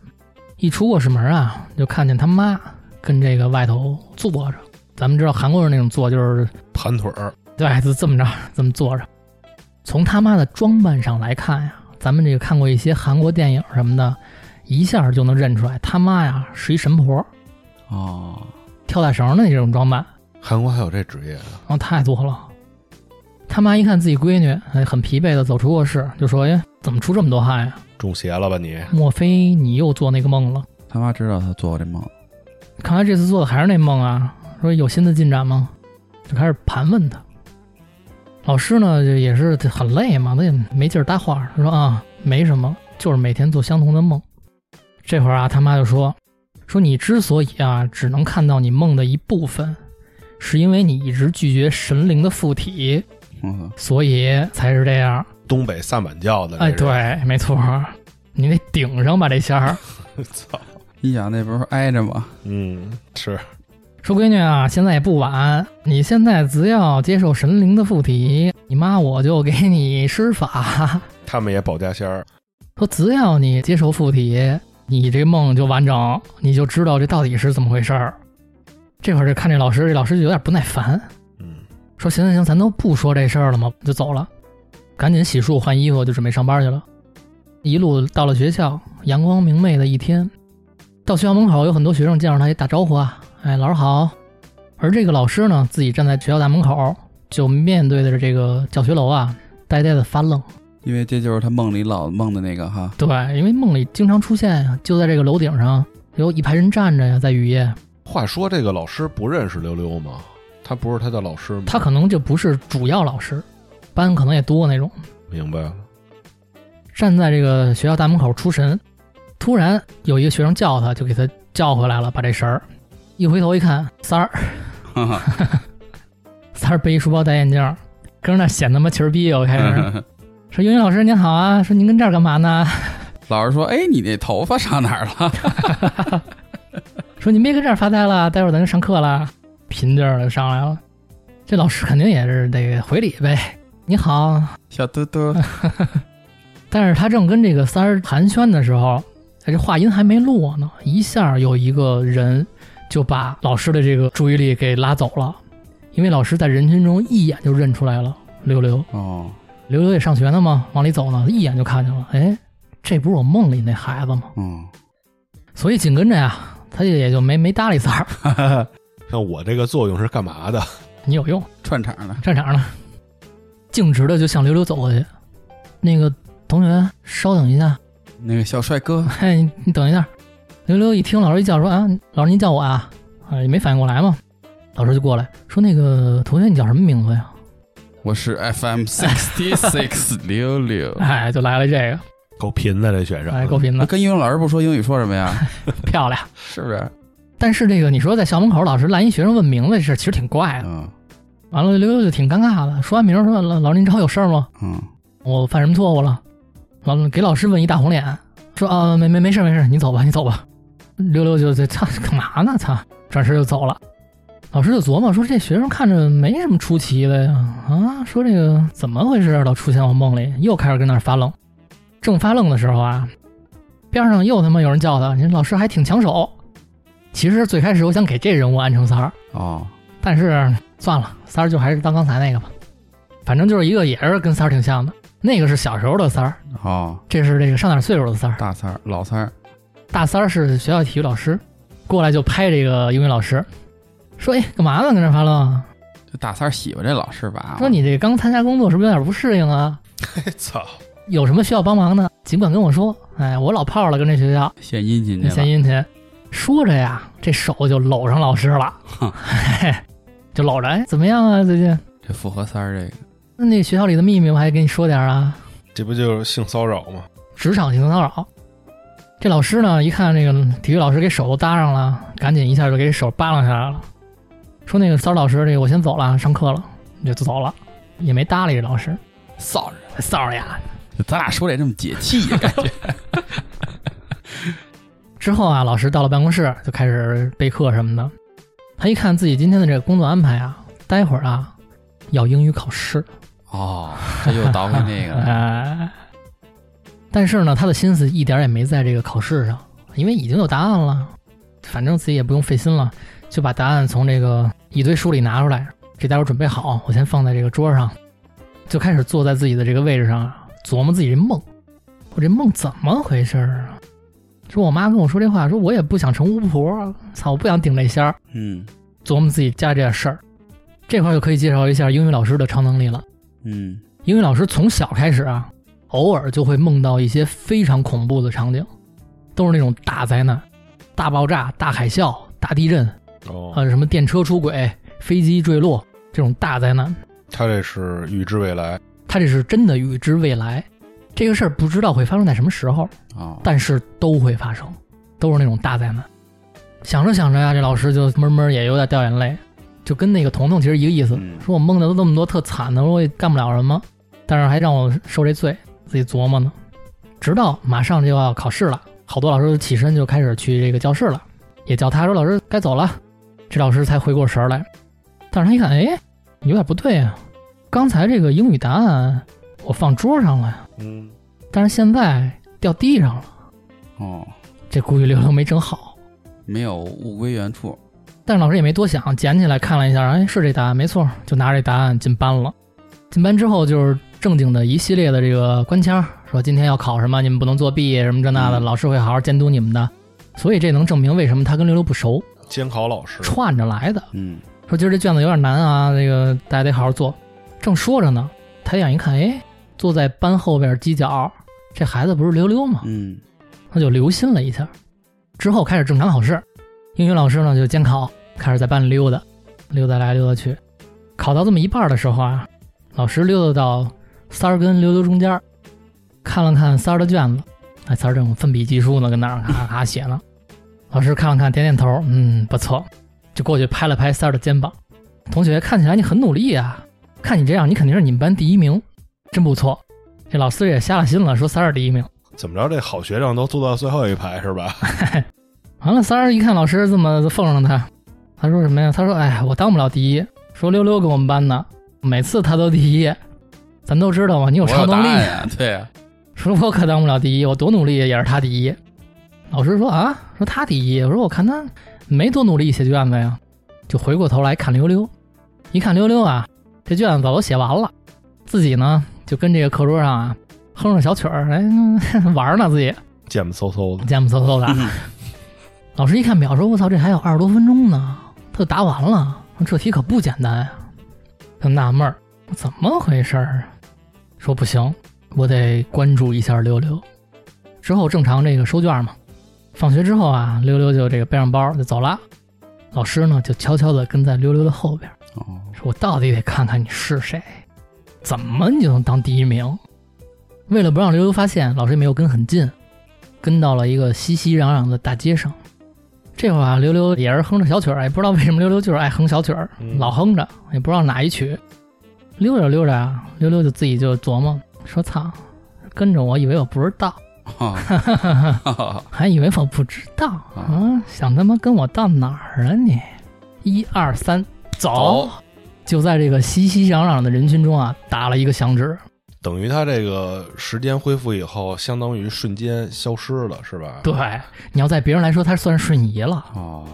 一出卧室门啊，就看见他妈跟这个外头坐着。咱们知道韩国人那种坐就是
盘腿儿，
对，就这么着，这么坐着。 从他妈的装扮上来看呀，咱们这个看过一些韩国电影什么的，一下就能认出来，他妈呀是一神婆，
哦，
跳大绳儿的那种装扮。
韩国还有这职业啊？
然后哦太多了。他妈一看自己闺女，哎，很疲惫的走出卧室，就说：“哎，怎么出这么多汗呀？
中邪了吧你？
莫非你又做那个梦了？
他妈知道他做过这梦。
看来这次做的还是那梦啊。”说有新的进展吗？就开始盘问他。老师呢，就也是很累嘛，他也没劲儿搭话，说啊，没什么，就是每天做相同的梦。这会儿啊，他妈就说：“说你之所以啊只能看到你梦的一部分，是因为你一直拒绝神灵的附体，
嗯，
所以才是这样。
东北萨满教的，
哎，，对，没错儿，你得顶上吧这仙儿。
操，
你想那不是挨着吗？
嗯，是，
说闺女啊，现在也不晚，你现在只要接受神灵的附体，你妈我就给你施法。
他们也保家仙儿，
说只要你接受附体，你这梦就完整，你就知道这到底是怎么回事儿。这会儿就看这老师，这老师就有点不耐烦，
嗯，
说行行行，咱都不说这事儿了吗？就走了，赶紧洗漱换衣服，就准备上班去了。一路到了学校，阳光明媚的一天，到学校门口有很多学生见着他也打招呼啊，哎，老师好。而这个老师呢，自己站在学校大门口，就面对着这个教学楼啊，呆呆的发愣。
因为这就是他梦里老梦的那个 哈，
对，因为梦里经常出现呀，就在这个楼顶上有一排人站着呀，在雨夜，
话说这个老师不认识溜溜吗？他不是他的老师吗？
他可能就不是主要老师，班可能也多那种，
明白了，
站在这个学校大门口出神，突然有一个学生叫他，就给他叫回来了，把这神儿一回头一看，三儿
哈哈
三儿背一书包戴眼镜儿，跟着那显他妈球儿逼又开 始说英语老师您好啊，说您跟这儿干嘛呢？
老师说：“哎，你那头发上哪儿了
说您别跟这儿发呆了，待会儿咱就上课了。贫劲儿的上来了，这老师肯定也是得回礼呗。你好，？”
小嘟 嘟，
但是他正跟这个三儿寒暄的时候，哎他这话音还没落呢，一下有一个人就把老师的这个注意力给拉走了，因为老师在人群中一眼就认出来了溜溜，
哦，
溜溜也上学呢嘛，往里走呢，一眼就看见了，哎，这不是我梦里那孩子吗？
嗯，
所以紧跟着呀，他就也就没没搭理三儿，
像我这个作用是干嘛 的？
你有用，
串场呢，
站场呢，径直的就向溜溜走过去，那个同学，稍等一下，
那个小帅哥，
嘿，哎你你等一下。溜溜一听老师一叫说啊，老师您叫我啊，啊也没反应过来嘛，老师就过来说那个同学你叫什么名字呀？
我是 FM sixty six 六 六。
哎，就来了这个，
够贫的这学生，
哎，够贫
那
的，
跟英语老师不说英语说什么呀？
漂亮。
是不是？
但是这个你说在校门口老师拦一学生问名字这事儿其实挺怪的，
嗯
完了溜溜就挺尴尬的，说完名儿说老老师您找我有事儿吗？
嗯，
我犯什么错误了？完了给老师问一大红脸，说啊没没没事儿没事儿，你走吧你走吧。 溜溜就就操 干嘛呢？操，转身就走了。老师就琢磨说这学生看着没什么出奇的呀啊，说这个怎么回事？老出现我梦里，又开始跟那儿发愣。正发愣的时候啊，边上又他妈有人叫他，你说老师还挺抢手。其实最开始我想给这人物安成三儿，
哦，
但是算了，三儿就还是当刚才那个吧，反正就是一个也是跟三儿挺像的，那个是小时候的三儿，
哦，
这是这个上点岁数的三儿，
大三儿、老三儿，
大三儿是学校体育老师，过来就拍这个英语老师，说：“哎，干嘛呢？跟这儿发愣？啊
这大三儿喜欢这老师吧？
说你这刚参加工作是不是有点不适应啊？
操，
有什么需要帮忙的，尽管跟我说。哎，我老炮儿了，跟这学校
献殷勤去
你献
了，
殷勤。”说着呀，这手就搂上老师了，嘿 就搂着，哎，怎么样啊？最近？
这符合三儿这个
那那学校里的秘密我还跟你说点儿啊。
这不就是性骚扰吗？
职场性骚扰。这老师呢，一看这个体育老师给手都搭上了，赶紧一下就给手扒拉下来了，说那个骚扰老师，这个我先走了，上课了，就走了，也没搭理这老师。
骚人，
骚扰呀！
咱俩说这这么解气呀，感觉
之后啊，老师到了办公室就开始备课什么的。他一看自己今天的这个工作安排啊，待会儿啊要英语考试，
哦，这又倒回那 个了，
哎，但是呢，他的心思一点儿也没在这个考试上，因为已经有答案了，反正自己也不用费心了，就把答案从这个一堆书里拿出来，给待会儿准备好，我先放在这个桌上，就开始坐在自己的这个位置上啊，琢磨自己这梦，我这梦怎么回事儿啊？说我妈跟我说这话，说我也不想成巫婆，操，我不想顶这仙儿，
嗯
琢磨自己家这点事儿。这块儿就可以介绍一下英语老师的超能力了。
嗯，
英语老师从小开始啊，偶尔就会梦到一些非常恐怖的场景，都是那种大灾难、大爆炸、大海啸、大地震，
哦，
呃，什么电车出轨、飞机坠落这种大灾难。
他这是预知未来，
他这是真的预知未来，这个事儿不知道会发生在什么时候，
哦，
但是都会发生，都是那种大灾难。想着想着呀，这老师就闷闷也有点掉眼泪，就跟那个彤彤其实一个意思，
嗯
说我梦的都这么多特惨的，我也干不了什么，但是还让我受这罪，自己琢磨呢。直到马上就要考试了，好多老师都起身就开始去这个教室了，也叫他说老师该走了，这老师才回过神儿来。但是他一看，哎，有点不对啊，刚才这个英语答案我放桌上了呀，
嗯，
但是现在掉地上了，
哦，
这估计溜溜没整好。
没有物归原处，
但是老师也没多想，捡起来看了一下，哎，是这答案，没错，就拿着这答案进班了。进班之后就是正经的一系列的这个官腔，说今天要考什么，你们不能作弊，什么这那的，
嗯
老师会好好监督你们的。所以这能证明为什么他跟溜溜不熟，
监考老师
串着来的。
嗯，
说今儿这卷子有点难啊，这个大家得好好做。正说着呢，抬眼一看，哎，坐在班后边犄角，这孩子不是溜溜吗？
嗯，
他就留心了一下，之后开始正常考试。英语老师呢就监考，开始在班里溜达，溜达来溜达去。考到这么一半的时候啊，老师溜达到三儿跟溜溜中间儿，看了看三儿的卷子，哎，三儿正奋笔疾书呢，跟那儿咔咔咔写呢。老师看了看，点点头，嗯，不错，就过去拍了拍三儿的肩膀。同学，看起来你很努力啊，看你这样，你肯定是你们班第一名，真不错。这老师也瞎了心了，说三儿第一名。
怎么着？这好学生都坐到最后一排是吧？
完了，三儿一看老师这么奉承他，他说什么呀？他说：“哎，我当不了第一。”说溜溜跟我们班呢，每次他都第一。咱都知道嘛，你有
我
超
有答
能力。
案呀，对呀，
说我可当不了第一，我多努力也是他第一。老师说啊，说他第一。我说我看他没多努力写卷子呀，就回过头来看溜溜，一看溜溜啊，这卷子早都写完了，自己呢就跟这个课桌上啊哼着小曲儿，哎嗯玩儿呢自己。
贱不嗖嗖的，
见不嗖嗖的啊。老师一看表，说：“我操，这还有二十多分钟呢，他就答完了。说这题可不简单呀、他纳闷儿，怎么回事儿啊？说不行，我得关注一下溜溜。之后正常这个收卷嘛。放学之后啊，溜溜就这个背上包就走了。老师呢就悄悄地跟在溜溜的后边，
哦，
说我到底得看看你是谁，怎么你就能当第一名？为了不让刘刘发现，老师也没有跟很近，跟到了一个熙熙攘攘的大街上。这会儿啊，溜溜也是哼着小曲儿，也不知道为什么溜溜就是爱哼小曲儿，
嗯
老哼着，也不知道哪一曲。溜着溜着啊，溜溜就自己就琢磨说：“操，跟着我以为我不知道，
哈哈哈
还以为我不知道
哦
啊，想他妈跟我到哪儿啊你？一二三，走
走！
就在这个熙熙攘攘的人群中啊，打了一个响指。
等于他这个时间恢复以后，相当于瞬间消失了，是吧？
对，你要在别人来说，他算是瞬移了。
哦，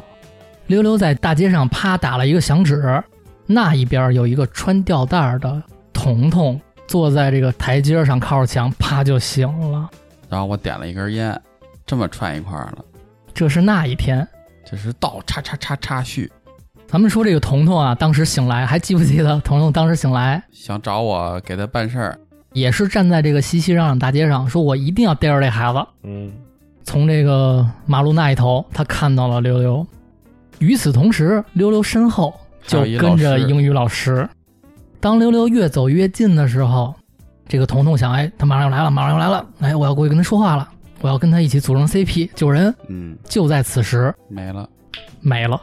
溜溜在大街上啪打了一个响指，那一边有一个穿吊带儿的彤彤坐在这个台阶上靠着墙，啪就醒了。
然后我点了一根烟，这么串一块儿了，
这是那一天，
这是倒叉叉叉插叙，
咱们说这个彤彤啊，当时醒来还记不记得？彤彤当时醒来
想找我给他办事儿，
也是站在这个熙熙攘攘大街上，说我一定要逮着这孩子。
嗯，
从这个马路那一头，他看到了溜溜。与此同时，溜溜身后就跟着英语老师。当溜溜越走越近的时候，这个彤彤想：哎，他马上要来了，马上要来了！哎，我要过去跟他说话了，我要跟他一起组成 CP 救人。
嗯，
就在此时，
没了，
没了。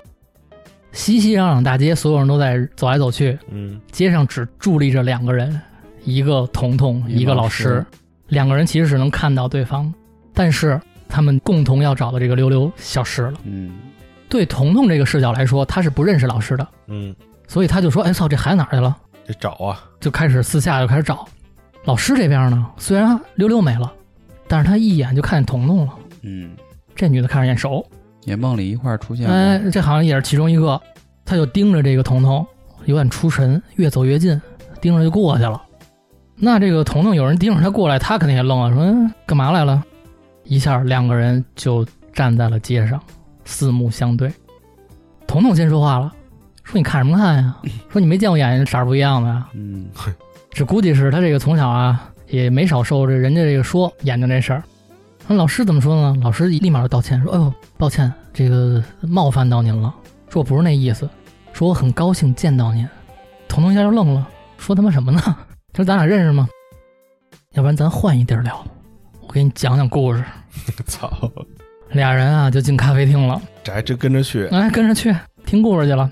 熙熙攘攘大街，所有人都在走来走去，
嗯，
街上只伫立着两个人，一个彤彤，
一个
一个老
老
师
师。
两个人其实是能看到对方，但是他们共同要找的这个溜溜消失了。
嗯，
对彤彤这个视角来说，他是不认识老师的，
嗯，
所以他就说：“哎操，这孩子哪儿去了
得找 啊，？”
就开始私下就开始找。老师这边呢，虽然溜溜没了，但是他一眼就看见彤彤了。
嗯，
这女的看着眼熟，
也梦里一块儿出现
哎
过，，
这好像也是其中一个。他就盯着这个彤彤，有点出神，越走越近，盯着就过去了。那这个彤彤有人盯着他过来，他肯定也愣了，说嗯干嘛来了？一下两个人就站在了街上，四目相对。彤彤先说话了，说你看什么看呀？说你没见过眼睛色儿不一样的呀？
嗯，
只估计是他这个从小啊也没少受这人家这个说眼睛这事儿。那老师怎么说呢？老师立马就道歉说：“哎呦，抱歉，这个冒犯到您了，说我不是那意思，说我很高兴见到您。”彤彤一下就愣了，说他妈什么呢？他说咱俩认识吗？要不然咱换一地儿聊，我给你讲讲故事。
操，
俩人啊就进咖啡厅了，
这还真跟着去，
哎，跟着去听故事去了。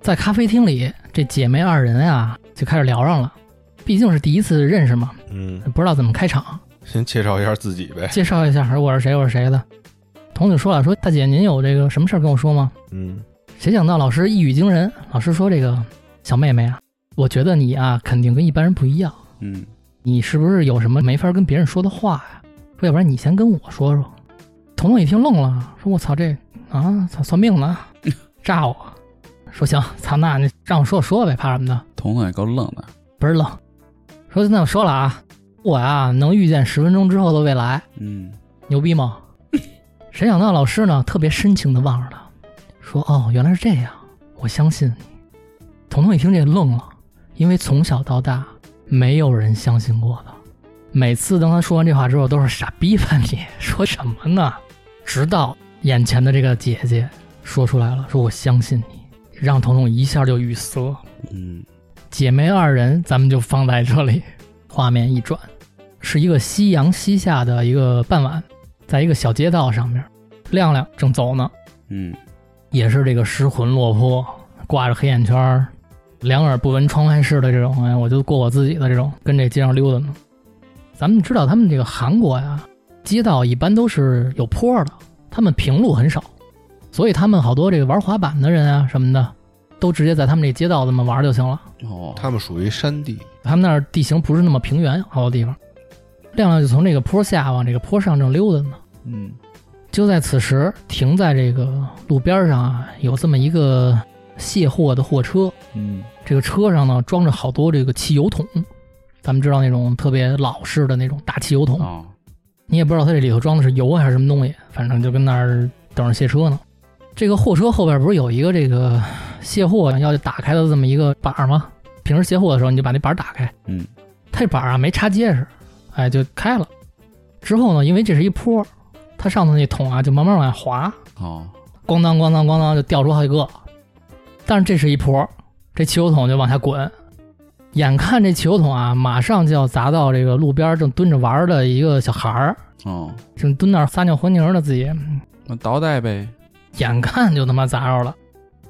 在咖啡厅里，这姐妹二人啊就开始聊上了，毕竟是第一次认识嘛，
嗯，
不知道怎么开场。
先介绍一下自己呗，
介绍一下，我是谁，我是谁的。童子说了，说大姐您有这个什么事儿跟我说吗？
嗯
谁想到老师一语惊人，老师说这个小妹妹啊，我觉得你啊肯定跟一般人不一样，
嗯，
你是不是有什么没法跟别人说的话呀、说要不然你先跟我说说。彤彤一听愣了，说我操这啊，操算命呢，诈我。说行，操那你让我说我说呗，怕什么的，
彤彤也够愣的，
倍儿愣。说那我说了啊，我啊能预见十分钟之后的未来，
嗯，
牛逼吗？谁想到老师呢，特别深情的望着他，说：“哦，原来是这样，我相信你。”彤彤一听这愣了，因为从小到大没有人相信过他。每次当他说完这话之后，都是傻逼吧你 说什么呢？直到眼前的这个姐姐说出来了，说我相信你，让彤彤一下就语塞了。
嗯，
姐妹二人，咱们就放在这里。 画面一转，是一个夕阳西下的一个傍晚，在一个小街道上面，亮亮正走呢，
嗯，
也是这个失魂落魄，挂着黑眼圈儿，两耳不闻窗外事的这种，哎，我就过我自己的这种，跟这街上溜达呢。咱们知道他们这个韩国呀，街道一般都是有坡的，他们平路很少，所以他们好多这个玩滑板的人啊什么的，都直接在他们这街道这么玩就行了。
哦，
他们属于山地，
他们那儿地形不是那么平原，好多地方。亮亮就从这个坡下往这个坡上正溜达呢。
嗯，
就在此时，停在这个路边上啊，有这么一个卸货的货车。
嗯，
这个车上呢，装着好多这个汽油桶，咱们知道那种特别老式的那种大汽油桶，
哦，
你也不知道它这里头装的是油还是什么东西，反正就跟那儿等着卸车呢。这个货车后边不是有一个这个卸货要打开的这么一个板儿吗？平时卸货的时候，你就把那板儿打开，
嗯，
它这板儿啊没插结实，哎，就开了。之后呢，因为这是一坡，它上头那桶啊就慢慢往下滑，
哦，
咣当咣当咣当就掉出好几个。但是这是一坡，这汽油桶就往下滚，眼看这汽油桶啊马上就要砸到这个路边正蹲着玩儿的一个小孩儿，
哦，
正蹲那儿撒尿和泥儿呢，自己
那倒带呗，
眼看就他妈砸着了。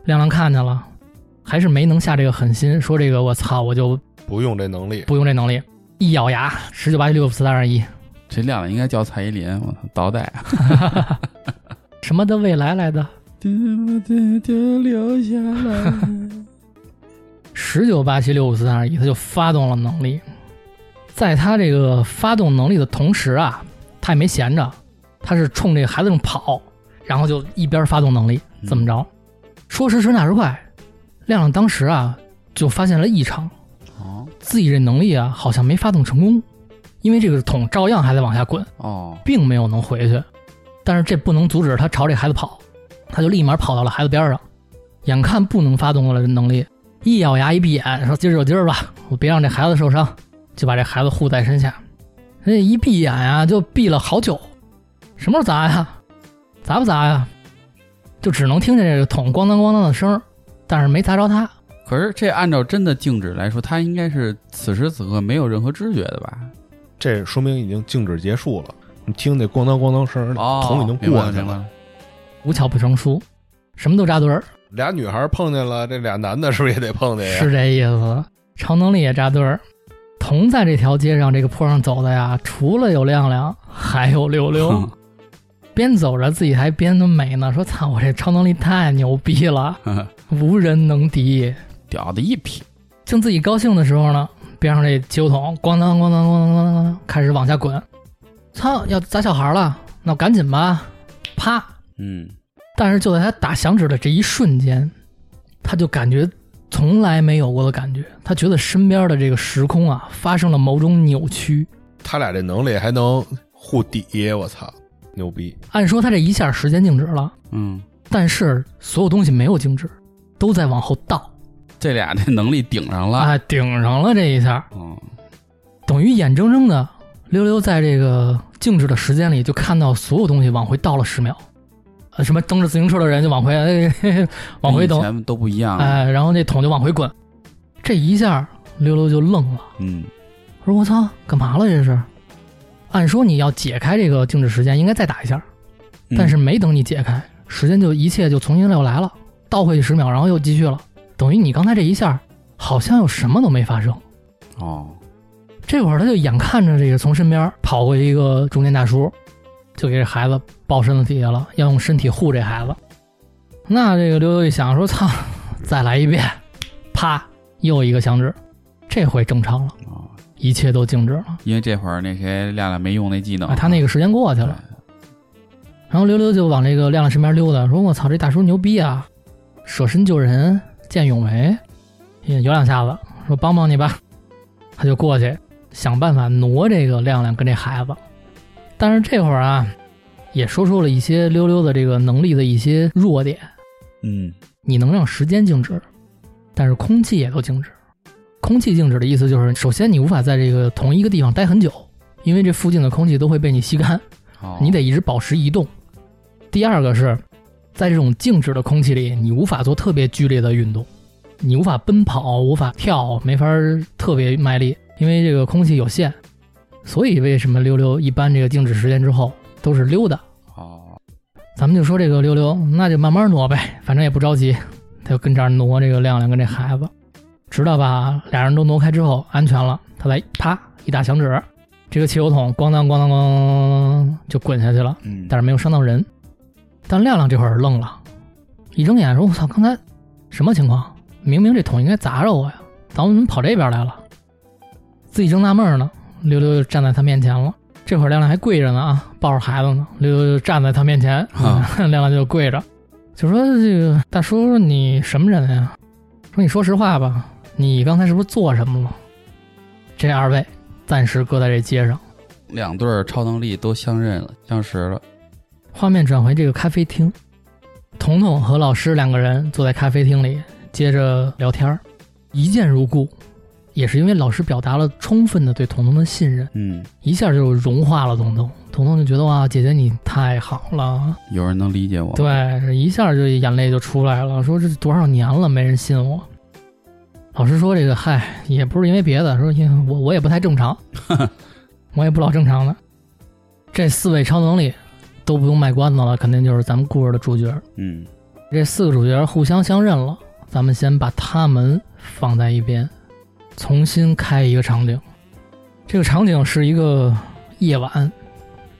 亮亮看见了，还是没能下这个狠心，说这个我操，我就
不用这能力，
不用这能力。一咬牙，十九八六四三二一，
这亮亮应该叫蔡依林，我操，倒带，啊
什么的未来来的
对不对？就留下来，
十九八七六五四三二一，他就发动了能力。在他这个发动能力的同时啊，他也没闲着，他是冲这个孩子正跑，然后就一边发动能力，
嗯
怎么着？说时迟，那时快，亮亮当时啊就发现了异常，
哦，
自己这能力啊好像没发动成功，因为这个桶照样还在往下滚，
哦，
并没有能回去。但是这不能阻止他朝这孩子跑，他就立马跑到了孩子边上，眼看不能发动了能力，一咬牙一闭眼说：“今儿就今儿吧，我别让这孩子受伤。”就把这孩子护在身下。这一闭眼啊，就闭了好久，什么时候砸呀？砸不砸呀？就只能听见这个桶咣当咣当的声儿，但是没砸着他。
可是这按照真的静止来说，他应该是此时此刻没有任何知觉的吧？
这说明已经静止结束了。你听那咣当咣当声儿，
哦，
桶已经
明白
过去
明白
了。
了。
无巧不成书，什么都扎堆儿。
俩女孩碰见了，这俩男的是不是也得碰见呀？
是这意思。超能力也扎堆儿。同在这条街上这个坡上走的呀，除了有亮亮，还有溜溜。边走着自己还边那美呢，说：“操，我这超能力太牛逼了，
哼，
无人能敌。
屌的一批。”
正自己高兴的时候呢，边上这汽油桶咣当咣当咣当咣当咣当开始往下滚。操，要砸小孩了，那赶紧吧！啪，
嗯，
但是就在他打响指的这一瞬间，他就感觉从来没有过的感觉，他觉得身边的这个时空啊发生了某种扭曲。
他俩这能力还能互抵，我操，牛逼！
按说他这一下时间静止了，
嗯，
但是所有东西没有静止，都在往后倒。
这俩这能力顶上了。
啊，顶上了这一下，
嗯，
等于眼睁睁的溜溜在这个静止的时间里，就看到所有东西往回倒了十秒。呃，什么蹬着自行车的人就往回，哎、嘿嘿往回
跟
蹬
以，嗯前都不一样。
哎，然后那桶就往回滚。这一下溜溜就愣了。
嗯，
我说我操，干嘛了这是？按说你要解开这个静止时间，应该再打一下，
嗯
但是没等你解开，时间就一切就重新又来了，倒回去十秒，然后又继续了，等于你刚才这一下好像又什么都没发生。
哦，
这会儿他就眼看着这个从身边跑过一个中年大叔，就给这孩子抱身子底下了，要用身体护这孩子。那这个刘刘一想说：“操，再来一遍！”啪，又一个响指，这回正常了，
哦，
一切都静止了。
因为这会儿那谁亮亮没用那技能，哦
哎，他那个时间过去
对
了。然后溜溜就往这个亮亮身边溜达，说：“我操，这大叔牛逼啊，舍身救人，见义勇为，也有两下子，说帮帮你吧。”他就过去想办法挪这个亮亮跟这孩子，但是这会儿啊，也说出了一些溜溜的这个能力的一些弱点。
嗯，
你能让时间静止，但是空气也都静止。空气静止的意思就是，首先你无法在这个同一个地方待很久，因为这附近的空气都会被你吸干。
哦，
你得一直保持移动。第二个是，在这种静止的空气里，你无法做特别剧烈的运动，你无法奔跑，无法跳，没法儿特别卖力，因为这个空气有限。所以为什么溜溜一般这个静止时间之后都是溜达？
哦，
咱们就说这个溜溜，那就慢慢挪呗，反正也不着急。他就跟这儿挪这个亮亮跟这孩子，直到把俩人都挪开之后安全了，他才啪一打响指，这个汽油桶咣当咣当咣当就滚下去了。
嗯，
但是没有伤到人。但亮亮这会儿愣了，一睁眼说：“我操，刚才什么情况？明明这桶应该砸着我呀，咱们怎么跑这边来了？”自己正纳闷呢，溜溜就站在他面前了。这会儿亮亮还跪着呢啊，抱着孩子呢，溜溜就站在他面前，
啊
亮亮就跪着，就说：“这个大叔，你什么人呀？说你说实话吧，你刚才是不是做什么了？”这二位暂时搁在这街上。
两对儿超能力都相认了，相识了，
画面转回这个咖啡厅，彤彤和老师两个人坐在咖啡厅里，接着聊天儿，一见如故，也是因为老师表达了充分的对彤彤的信任，
嗯，
一下就融化了彤彤。彤彤就觉得哇，姐姐你太好了，
有人能理解我，，
对，一下就眼泪就出来了，说这多少年了没人信我。老师说这个，嗨，也不是因为别的，说因为我我也不太正常，我也不老正常的。这四位超能力都不用卖关子了，肯定就是咱们故事的主角。
嗯，
这四个主角互相相认了，咱们先把他们放在一边，重新开一个场景。这个场景是一个夜晚，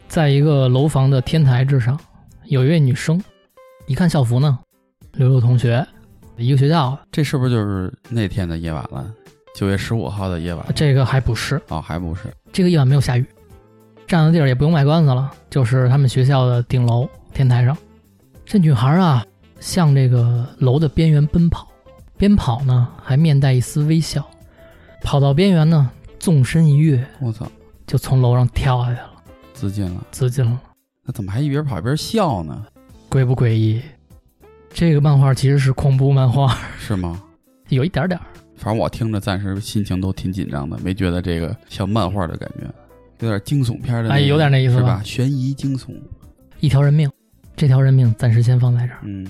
在一个楼房的天台之上，有一位女生，一看校服呢，刘刘同学，一个学校的，
这是不是就是那天的夜晚了？九月十五号的夜晚，
这个还不是，
哦，还不是，
这个夜晚没有下雨，站的地儿也不用卖关子了，就是他们学校的顶楼天台上。这女孩啊，向这个楼的边缘奔跑，边跑呢还面带一丝微笑，跑到边缘呢，纵身一跃，
我操，
就从楼上跳下去了，
自尽了，
自尽了，
那怎么还一边跑一边笑呢？
诡不诡异？这个漫画其实是恐怖漫画，
是吗？
有一点点儿。
反正我听着暂时心情都挺紧张的，没觉得这个像漫画的感觉，有点惊悚片的那个，
哎有点那意思吧
是吧？悬疑惊悚，
一条人命，这条人命暂时先放在这儿。
嗯，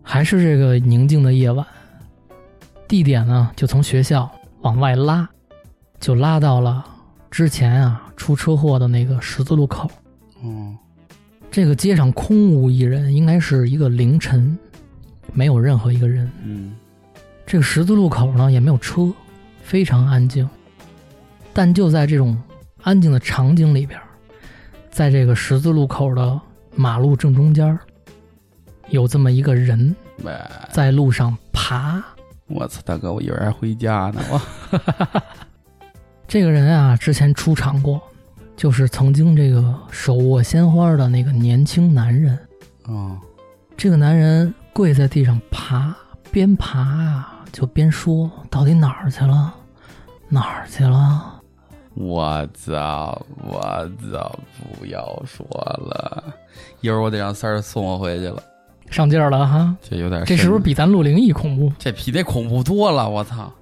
还是这个宁静的夜晚，地点呢就从学校往外拉，就拉到了之前啊出车祸的那个十字路口。
哦，
这个街上空无一人，应该是一个凌晨，没有任何一个人。
嗯，
这个十字路口呢也没有车，非常安静。但就在这种安静的场景里边儿，在这个十字路口的马路正中间儿，有这么一个人
喂，
在路上爬。
我操，大哥，我以为还回家呢，我，
这个人啊，之前出场过，就是曾经这个手握鲜花的那个年轻男人。
哦，
这个男人跪在地上爬，边爬啊就边说：“到底哪儿去了？哪儿去了
我操，我操，不要说了，一会儿我得让三儿送我回去了，？”
上劲儿了啊哈，
这有点，
这是不是？比咱录灵异恐怖？
这比那恐怖多了，我操，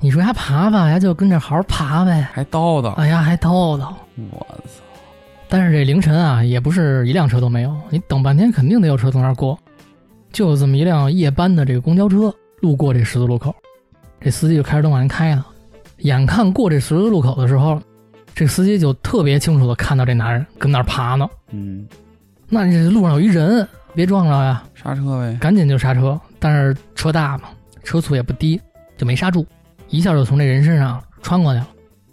你说他爬吧，他就跟这好好爬呗。
还叨叨，
哎呀，还叨叨。
我操，
但是这凌晨啊，也不是一辆车都没有，你等半天肯定得有车从那儿过。就有这么一辆夜班的这个公交车路过这十字路口，这司机就开着灯往前开呢。眼看过这十字路口的时候，这司机就特别清楚的看到这男人跟那儿爬呢，
嗯，
那你这路上有一人，别啊撞着呀，
刹车呗，
赶紧就刹车。但是车大嘛，车速也不低，就没刹住，一下就从这人身上穿过去了。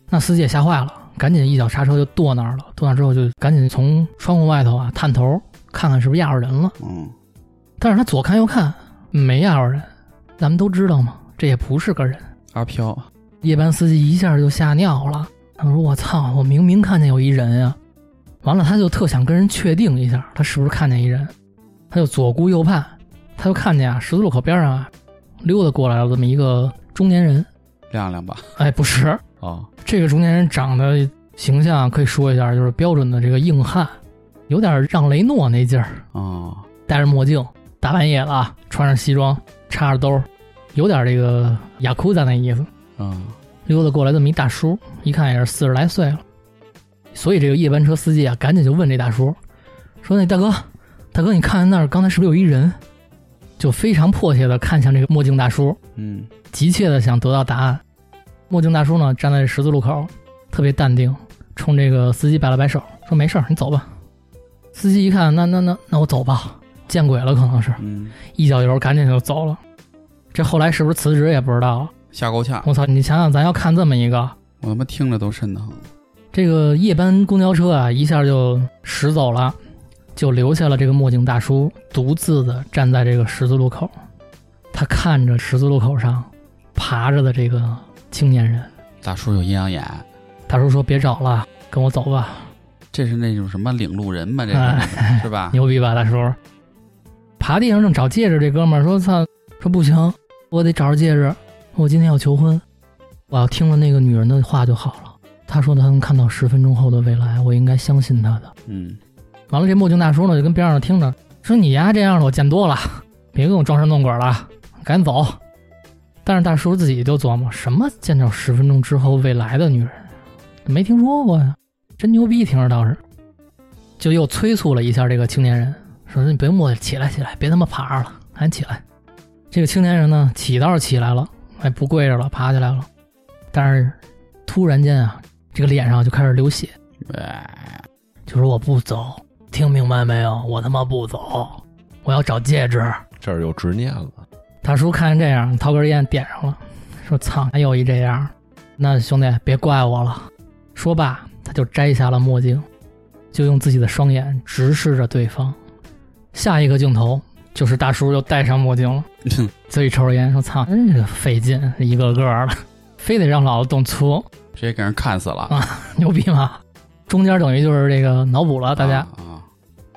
那司机也吓坏了，赶紧一脚刹车就跺那儿了。跺那儿之后就赶紧从窗户外头啊探头看看是不是压着人了。
嗯，
但是他左看右看没压着人，咱们都知道嘛，这也不是个人。
阿飘，
夜班司机一下就吓尿了，他说：“我操，我明明看见有一人呀、完了，他就特想跟人确定一下，他是不是看见一人，他就左顾右盼，他就看见啊，十字路口边上啊，溜达过来了这么一个中年人。
亮亮吧，
哎，不是，
哦，
这个中年人长得形象啊可以说一下，就是标准的这个硬汉，有点让雷诺那劲儿，
哦，
戴着墨镜，大半夜了啊，穿上西装，插着兜，有点这个雅库赞那意思。
嗯，
溜达过来这么一大叔，一看也是四十来岁了，所以这个夜班车司机啊，赶紧就问这大叔，说：“那大哥，大哥，你看见那儿刚才是不是有一人？”就非常迫切的看向这个墨镜大叔，
嗯，
急切的想得到答案。墨镜大叔呢，站在十字路口，特别淡定，冲这个司机摆了摆手，说：“没事儿，你走吧。”司机一看，那那那那我走吧，见鬼了，可能是
嗯，
一脚油，赶紧就走了。这后来是不是辞职也不知道。
吓够呛，
我操，你想想，咱要看这么一个，
我他妈听着都瘆得慌。
这个夜班公交车啊，一下就驶走了，就留下了这个墨镜大叔独自的站在这个十字路口。他看着十字路口上爬着的这个青年人，
大叔有阴阳眼，
大叔说：“别找了，跟我走吧。
这是那种什么领路人吧？这
哎
是是”吧？
牛逼吧，大叔？爬地上正找戒指，这哥们儿说：“操，说不行，我得找着戒指，我今天要求婚。我要听了那个女人的话就好了。”他说：“他能看到十分钟后的未来，我应该相信他的。”
嗯，
完了，这墨镜大叔呢就跟边上听着，说你丫这样的我见多了， 别跟我装神弄鬼了，赶紧走。但是大叔自己就琢磨，什么见着十分钟之后未来的女人，没听说过呀，真牛逼，听着倒是。就又催促了一下这个青年人，说你别磨叽，起来起来，别他妈爬了，赶紧起来。这个青年人呢，起倒是起来了，哎，不跪着了，爬起来了，但是突然间啊，这个脸上就开始流血，
哎，
就说我不走，听明白没有？我他妈不走，我要找戒指。
这儿有执念了。
大叔看见这样，掏根烟点上了，说：“操，还有一这样，那兄弟别怪我了。”说罢，他就摘下了墨镜，就用自己的双眼直视着对方。下一个镜头就是大叔又戴上墨镜了，嘴里抽着烟，说：“操，真是费劲，一个个的，非得让老子动粗，
直接给人看死了。
啊牛逼吗？”中间等于就是这个脑补了，大家
啊啊，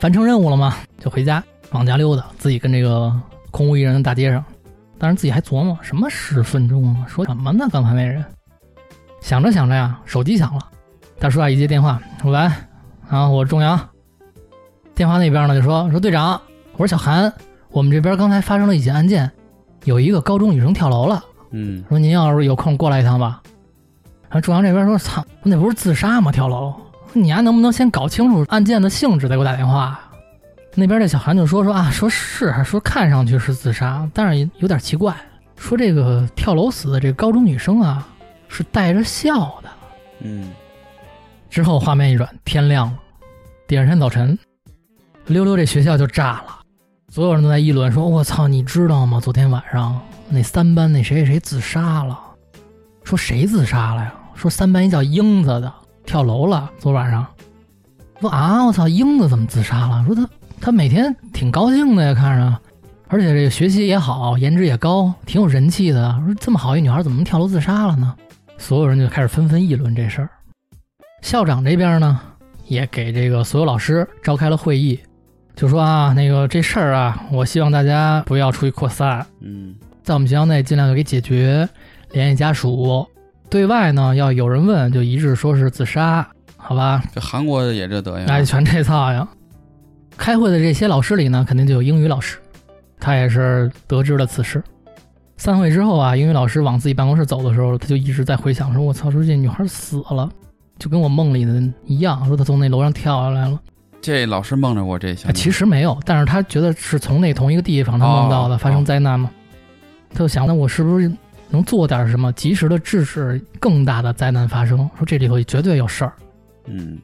完成任务了嘛，就回家往家溜达，自己跟这个空无一人的大街上，当时自己还琢磨什么十分钟啊，说什么呢？刚才那人想着想着呀，手机响了，大叔啊一接电话，喂，啊，我是钟阳，电话那边呢就说说队长，我是小韩，我们这边刚才发生了一起案件，有一个高中女生跳楼了，
嗯，
说您要是有空过来一趟吧。然后中阳这边说：“操，那不是自杀吗？跳楼，你丫能不能先搞清楚案件的性质再给我打电话？”那边这小韩就说：“说啊，说是，说看上去是自杀，但是有点奇怪。说这个跳楼死的这个高中女生啊，是带着笑的。
嗯，”
之后画面一转，天亮了，第二天早晨，溜溜这学校就炸了，所有人都在议论说：“我操，你知道吗？昨天晚上那三班那谁谁谁自杀了。”说谁自杀了呀？说三班一叫英子的跳楼了，昨晚上。说啊，我操，英子怎么自杀了？说她她每天挺高兴的呀，看着，而且这个学习也好，颜值也高，挺有人气的。说这么好一女孩怎么能跳楼自杀了呢？所有人就开始纷纷议论这事儿。校长这边呢，也给这个所有老师召开了会议，就说啊，那个这事儿啊，我希望大家不要出去扩散，
嗯，
在我们学校内尽量给解决，联系家属。对外呢，要有人问就一致说是自杀，好吧？
这韩国也这德行。啊
那就全这操呀！开会的这些老师里呢，肯定就有英语老师，他也是得知了此事。散会之后啊，英语老师往自己办公室走的时候，他就一直在回想说：“我操，说这女孩死了，就跟我梦里的一样，说她从那楼上跳下来了。
这老师梦着过这小
啊
女，
其实没有，但是他觉得是从那同一个地方他梦到的、
哦
发生灾难嘛，他就想，那我是不是能做点什么，及时的制止更大的灾难发生？说这里头绝对有事儿，
嗯，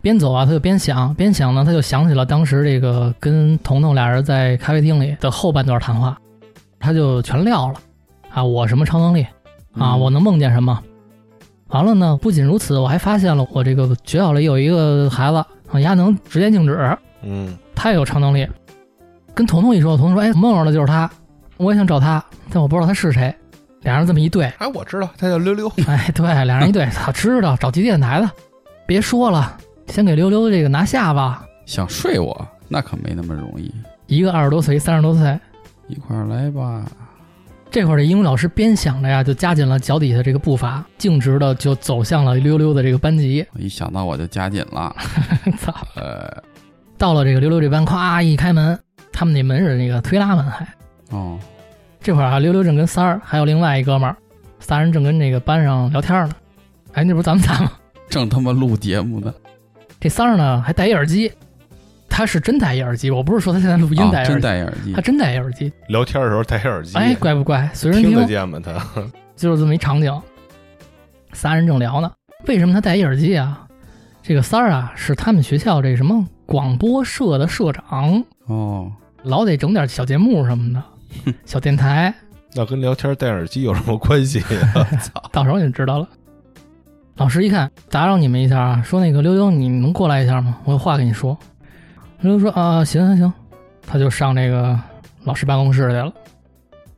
边走啊，他就边想，边想呢，他就想起了当时这个跟彤彤俩人在咖啡厅里的后半段谈话，他就全撂了啊，我什么超能力啊，
嗯
我能梦见什么？完了呢，不仅如此，我还发现了我这个学校里有一个孩子，啊，丫能直接静止，
嗯
他也有超能力。跟彤彤一说，彤彤说：“哎，梦着的就是他，我也想找他，但我不知道他是谁。”俩人这么一对，
哎，我知道，他叫溜溜。
哎，对，俩人一对，操，知道找极地电台的，别说了，先给溜溜这个拿下吧。
想睡我那可没那么容易，
一个二十多岁，一三十多岁，
一块儿来吧。
这会儿的英语老师边想着呀，就加紧了脚底下这个步伐，径直的就走向了溜溜的这个班级。
我一想到我就加紧了，
操，
呃，
到了这个溜溜这班，咵一开门，他们那门是那个推拉门，还
哦，
这会儿啊，溜溜正跟三儿还有另外一哥们儿，仨人正跟这个班上聊天呢。哎，那不是咱们仨吗？哎
正他妈录节目呢，
这三儿呢还戴一耳机，他是真戴一耳机，我不是说他现在录音
嗯啊
戴一耳
真
机，
戴耳机
他，真戴一耳机。
聊天的时候戴耳机，
哎，怪不怪？随身
听得
听
见吗？他
就是这么一场景，仨人正聊呢。为什么他戴一耳机啊？这个三儿啊是他们学校这什么广播社的社长，
哦，
老得整点小节目什么的，小电台，
那跟聊天戴耳机有什么关系啊 呀？
到时候你就知道了。老师一看，打扰你们一下啊，说那个溜溜，你能过来一下吗？我有话跟你说。溜溜说啊，行行行，他就上这个老师办公室去了。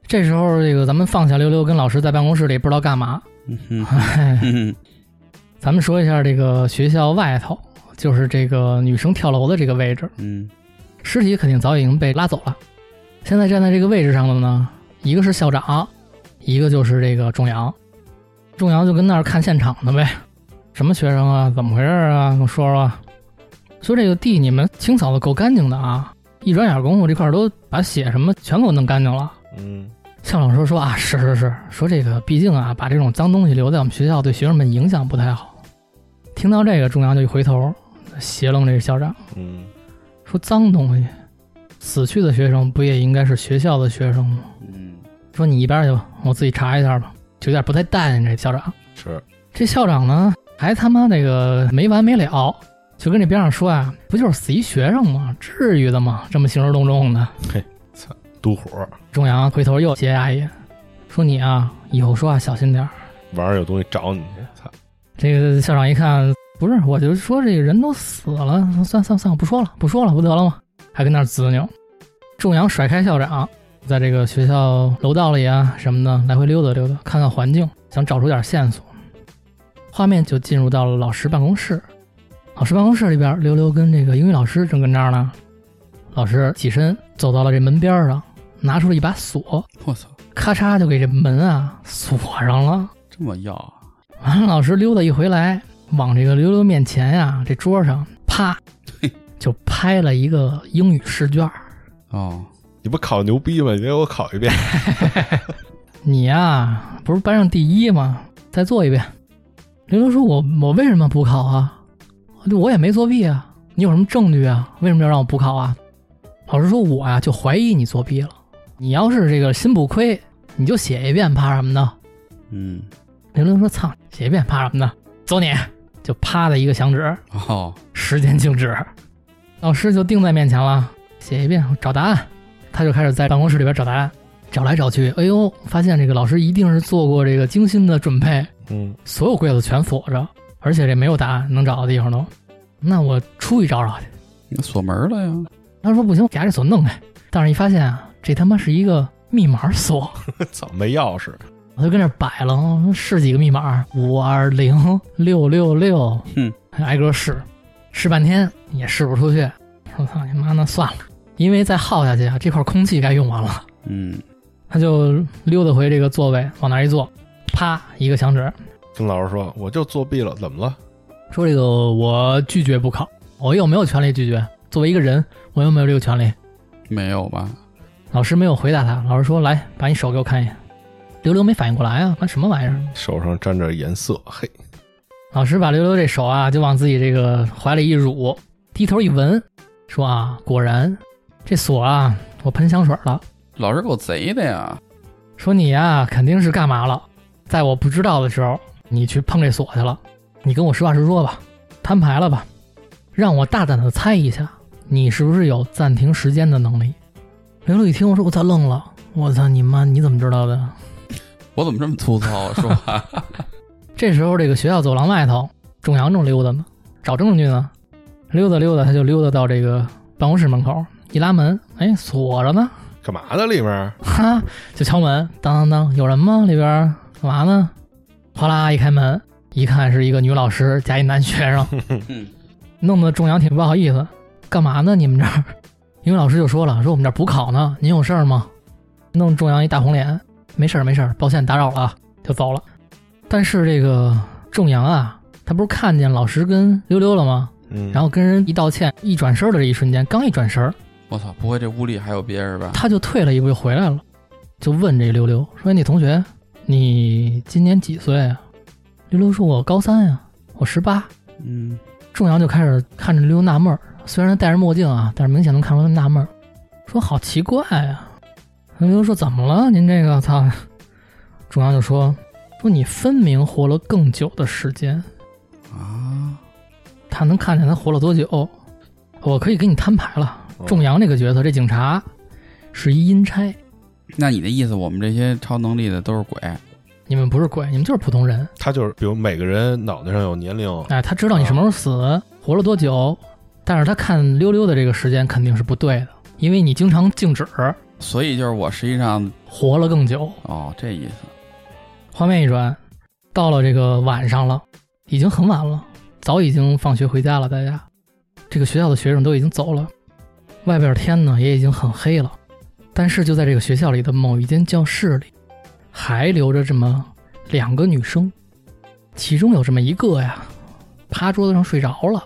这时候，这个咱们放下溜溜，跟老师在办公室里不知道干嘛。
嗯哼
哎，
嗯
咱们说一下这个学校外头，就是这个女生跳楼的这个位置，
嗯，
尸体肯定早已经被拉走了。现在站在这个位置上的呢，一个是校长，一个就是这个仲阳。仲阳就跟那儿看现场呢呗，什么学生啊，怎么回事啊？跟我说说，说这个地你们清扫的够干净的啊，一转眼功夫这块儿都把血什么全给我弄干净了。
嗯，
校长说说啊，是是是，说这个毕竟啊，把这种脏东西留在我们学校对学生们影响不太好。听到这个，中阳就一回头，斜楞这个校长
嗯，
说：“脏东西，死去的学生不也应该是学校的学生吗？
嗯，
说你一边去吧，我自己查一下吧。”就有点不太淡定。这校长，
是，
这校长呢，还他妈那个没完没了，就跟这边上说啊，不就是死一学生吗？至于的吗？这么兴师动众的。
嘟火
中阳回头又斜压一眼，说：“你啊，以后说话小心点儿。”
玩儿有东西找你，操，
这个校长一看，不是，我就说这个人都死了，算算算，我不说了，不说了，不得了吗？还跟那儿滋扭。仲阳甩开校长，在这个学校楼道里啊什么的来回溜达溜达，看看环境，想找出点线索。画面就进入到了老师办公室，老师办公室里边，溜溜跟这个英语老师正跟那儿呢。老师起身走到了这门边儿上，拿出了一把锁，
我操，
咔嚓就给这门啊锁上了。
这么要啊，
完了，老师溜达一回来，往这个溜溜面前呀、这桌上啪
嘿，
就拍了一个英语试卷儿。
哦，
你不考牛逼吗？你给我考一遍，
你呀、不是班上第一吗？再做一遍。溜溜说我：“我为什么补考啊？我也没作弊啊。你有什么证据啊？为什么要让我补考啊？”老师说：“我呀、就怀疑你作弊了。你要是这个心不亏，你就写一遍，怕什么呢？”
嗯，
溜溜说：“操，写一遍怕什么呢？走你！”就啪的一个响指，
哦，
时间静止，老师就定在面前了，写一遍找答案，他就开始在办公室里边找答案，找来找去，哎呦，发现这个老师一定是做过这个精心的准备，
嗯，
所有柜子全锁着，而且这没有答案能找到的地方都，那我出去找找去。
你锁门了呀？
他说不行，我给他这锁弄开，但是一发现啊，这他妈是一个密码锁，
嗯 操，没钥匙，
我就跟那儿摆了，嗯试几个密码，五二零六六六，
哼，
挨个试，试半天也试不出去。我操你妈，那算了，因为再耗下去啊，这块空气该用完了。
嗯，
他就溜达回这个座位，往那儿一坐，啪一个响指，
跟老师说我就作弊了，怎么了？
说这个我拒绝不考，我有没有权利拒绝？作为一个人，我有没有这个权利？
没有吧？
老师没有回答他，老师说来，把你手给我看一眼。刘刘没反应过来啊，那什么玩意儿？
手上沾着颜色，嘿，
老师把溜溜这手啊，就往自己这个怀里一乳，低头一闻，说啊，果然这锁啊，我喷香水了。
老师够贼的呀！
说你呀、肯定是干嘛了，在我不知道的时候，你去碰这锁去了。你跟我实话实说吧，摊牌了吧。让我大胆的猜一下，你是不是有暂停时间的能力？”刘乐一听，我说：“我操，愣了！我操你妈！你怎么知道的
我怎么这么粗糙啊？说 话？”
这时候，这个学校走廊外头，仲阳正溜达呢，找证据呢，溜达溜达，他就溜达到这个办公室门口，一拉门，哎，锁着呢，
干嘛呢？里面
哈，就敲门，当当当，有人吗？里边儿干嘛呢？哗啦一开门，一看是一个女老师加一男学生，
嗯
弄得仲阳挺不好意思，干嘛呢？你们这儿？英语老师就说了，说我们这儿补考呢，您有事儿吗？弄仲阳一大红脸，没事儿没事儿，抱歉打扰了啊，就走了。但是这个仲阳啊，他不是看见老师跟溜溜了吗？
嗯，
然后跟人一道歉，一转身的这一瞬间，刚一转身儿，
我操，不会这屋里还有别人吧？
他就退了一步，又回来了，就问这溜溜说：“哎你同学，你今年几岁啊？”溜溜说：“我高三呀、我十八。”
嗯，
仲阳就开始看着溜溜纳闷儿，虽然戴着墨镜啊，但是明显能看出他纳闷儿，说好奇怪呀、啊。溜溜说怎么了？您这个操！ 仲阳就说说你分明活了更久的时间，
啊，
他能看见他活了多久。我可以给你摊牌了，
哦
仲阳这个角色，这警察是一阴差，
那你的意思，我们这些超能力的都是鬼？
你们不是鬼，你们就是普通人。
哦他就是，比如每个人脑袋上有年龄，
哎，他知道你什么时候死，活了多久，但是他看溜溜的这个时间肯定是不对的，因为你经常静止，
所以就是我实际上
活了更久。
哦，这意思。
画面一转，到了这个晚上了，已经很晚了，早已经放学回家了。大家，这个学校的学生都已经走了，外边天呢也已经很黑了。但是就在这个学校里的某一间教室里，还留着这么两个女生，其中有这么一个呀，趴桌子上睡着了，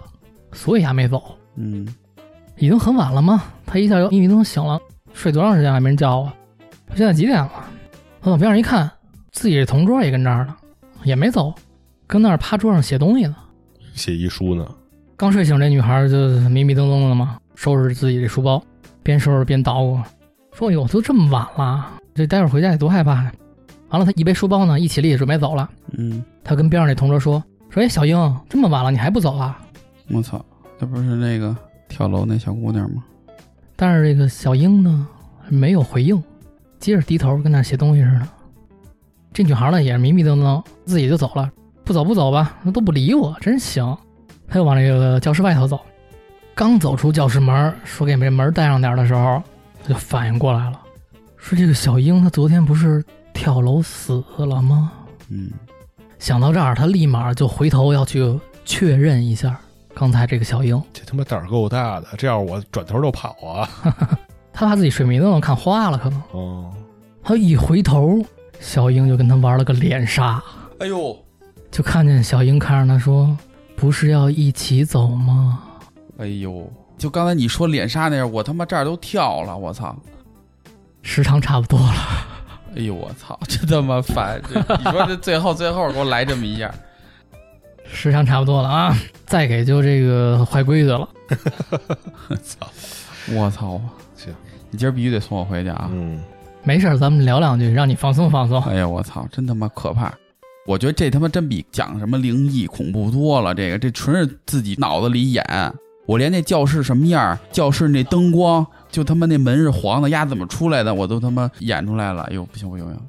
所以还没走。
嗯，
已经很晚了吗？他一下就一迷瞪醒了，睡多长时间还啊没人叫我？现在几点了？我往边上一看，自己这同桌也跟这儿呢，也没走，跟那儿趴桌上写东西呢。
写遗书呢。
刚睡醒，这女孩就迷迷瞪瞪的嘛，收拾自己这书包，边收拾边捣鼓，说：“哟，都这么晚了，这待会儿回家得多害怕呀！”完了，她一背书包呢，一起立准备走了。
嗯，
她跟边上那同桌说：“说哎，小英，这么晚了你还不走啊？”
我操，那不是那个跳楼那小姑娘吗？
但是这个小英呢，没有回应，接着低头跟那儿写东西似的。这女孩呢也是迷迷瞪瞪，自己就走了，不走不走吧，那都不理我，真行。她又往这个教室外头走，刚走出教室门，说给这门带上点儿的时候，她就反应过来了，说这个小英她昨天不是跳楼死了吗？
嗯，
想到这儿，她立马就回头要去确认一下刚才这个小英。
这他妈胆儿够大的，这样我转头就跑啊！
她怕自己睡迷瞪了，看花了可能。
哦，
他一回头，小英就跟他玩了个脸杀，
哎呦，
就看见小英看着他说：“不是要一起走吗
哎呦，就刚才你说脸杀那样，我他妈这儿都跳了，我操！？”
时长差不多了，
哎呦，我操， 真他妈烦！这你说这最后最后给我来这么一下，
时长差不多了啊！再给就这个坏规矩了。
我操！
行，
你今儿必须得送我回去啊！
嗯，
没事儿，咱们聊两句，让你放松放松。
哎呀，我操，真他妈可怕！我觉得这他妈真比讲什么灵异恐怖多了。这个这纯是自己脑子里演。我连那教室什么样，教室那灯光，就他妈那门是黄的，丫怎么出来的，我都他妈演出来了。哎呦，不行不行不行，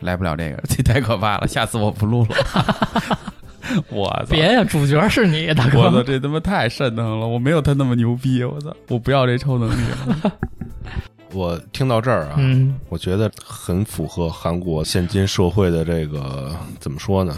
来不了这个，这太可怕了，下次我不录了。 我操！
别呀，主角是你，大
我操，
哥。
这他妈太瘆得慌了！我没有他那么牛逼，我操，我不要这超能力了。
我听到这儿啊，
嗯，
我觉得很符合韩国现今社会的这个怎么说呢？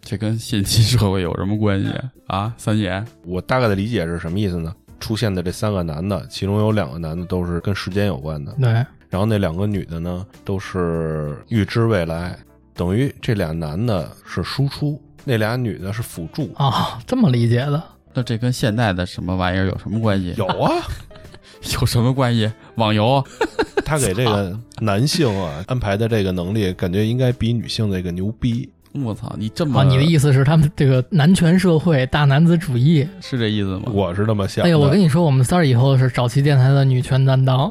这跟现今社会有什么关系啊？三爷，
我大概的理解是什么意思呢？出现的这三个男的，其中有两个男的都是跟时间有关的，
对，
然后那两个女的呢，都是预知未来，等于这俩男的是输出，那俩女的是辅助。
哦，这么理解的。
那这跟现在的什么玩意儿有什么关系？
有啊，
有什么关系？网游
他给这个男性啊安排的这个能力，感觉应该比女性这个牛逼。
我操，你这么、
啊，你的意思是他们这个男权社会、大男子主义？
是这意思吗？
我是这么想的。
哎呀，我跟你说，我们三儿以后是早期电台的女权担当。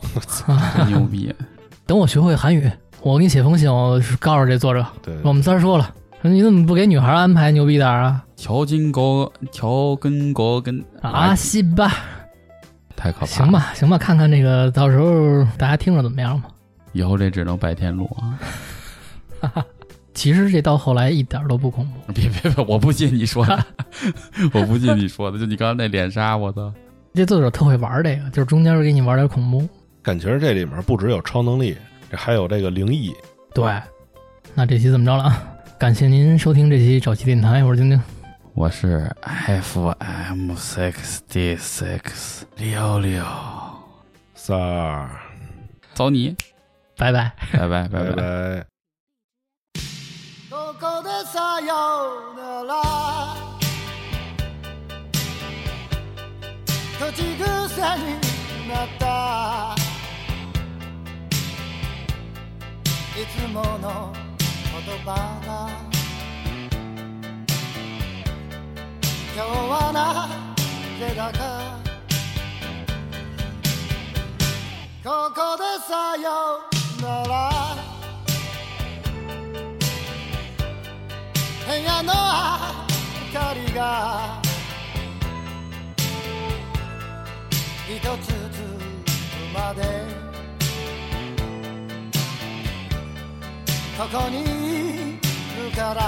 真牛逼！
等我学会韩语，我给你写封信，我告诉这作者，
对，
我们三儿说了，说你怎么不给女孩安排牛逼点儿啊？
乔金国乔根国根
啊，行吧，
太可怕了！
行，吧，行吧，看看这个到时候大家听着怎么样嘛。
以后这只能白天录啊！
其实这到后来一点儿都不恐怖，
别别别，我不信你说的， 我不信你说的，就你刚才那脸杀，我操！
这作者特会玩这个，就是中间给你玩点恐怖。
感觉这里面不只有超能力，这还有这个灵异。
对，那这期怎么着了啊？感谢您收听这期找气电台，我是晶晶。
我是 FM sixty six 六六，
三儿，
走你，
拜拜。
拜拜拜
拜
拜。
拜。
ここでさようなら口癖になったいつもの言葉が今日はなぜだかここでさようなら部屋の明かりが一つずつまでここにいるから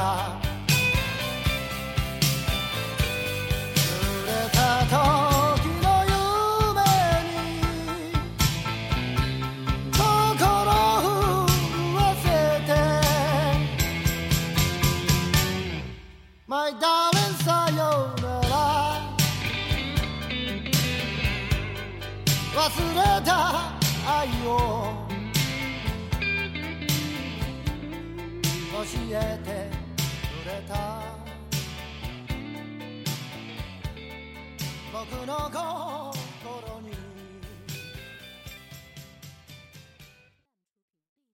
濡れた時の夢に心震わせて My darling さようなら忘れた愛を教えてくれた僕の心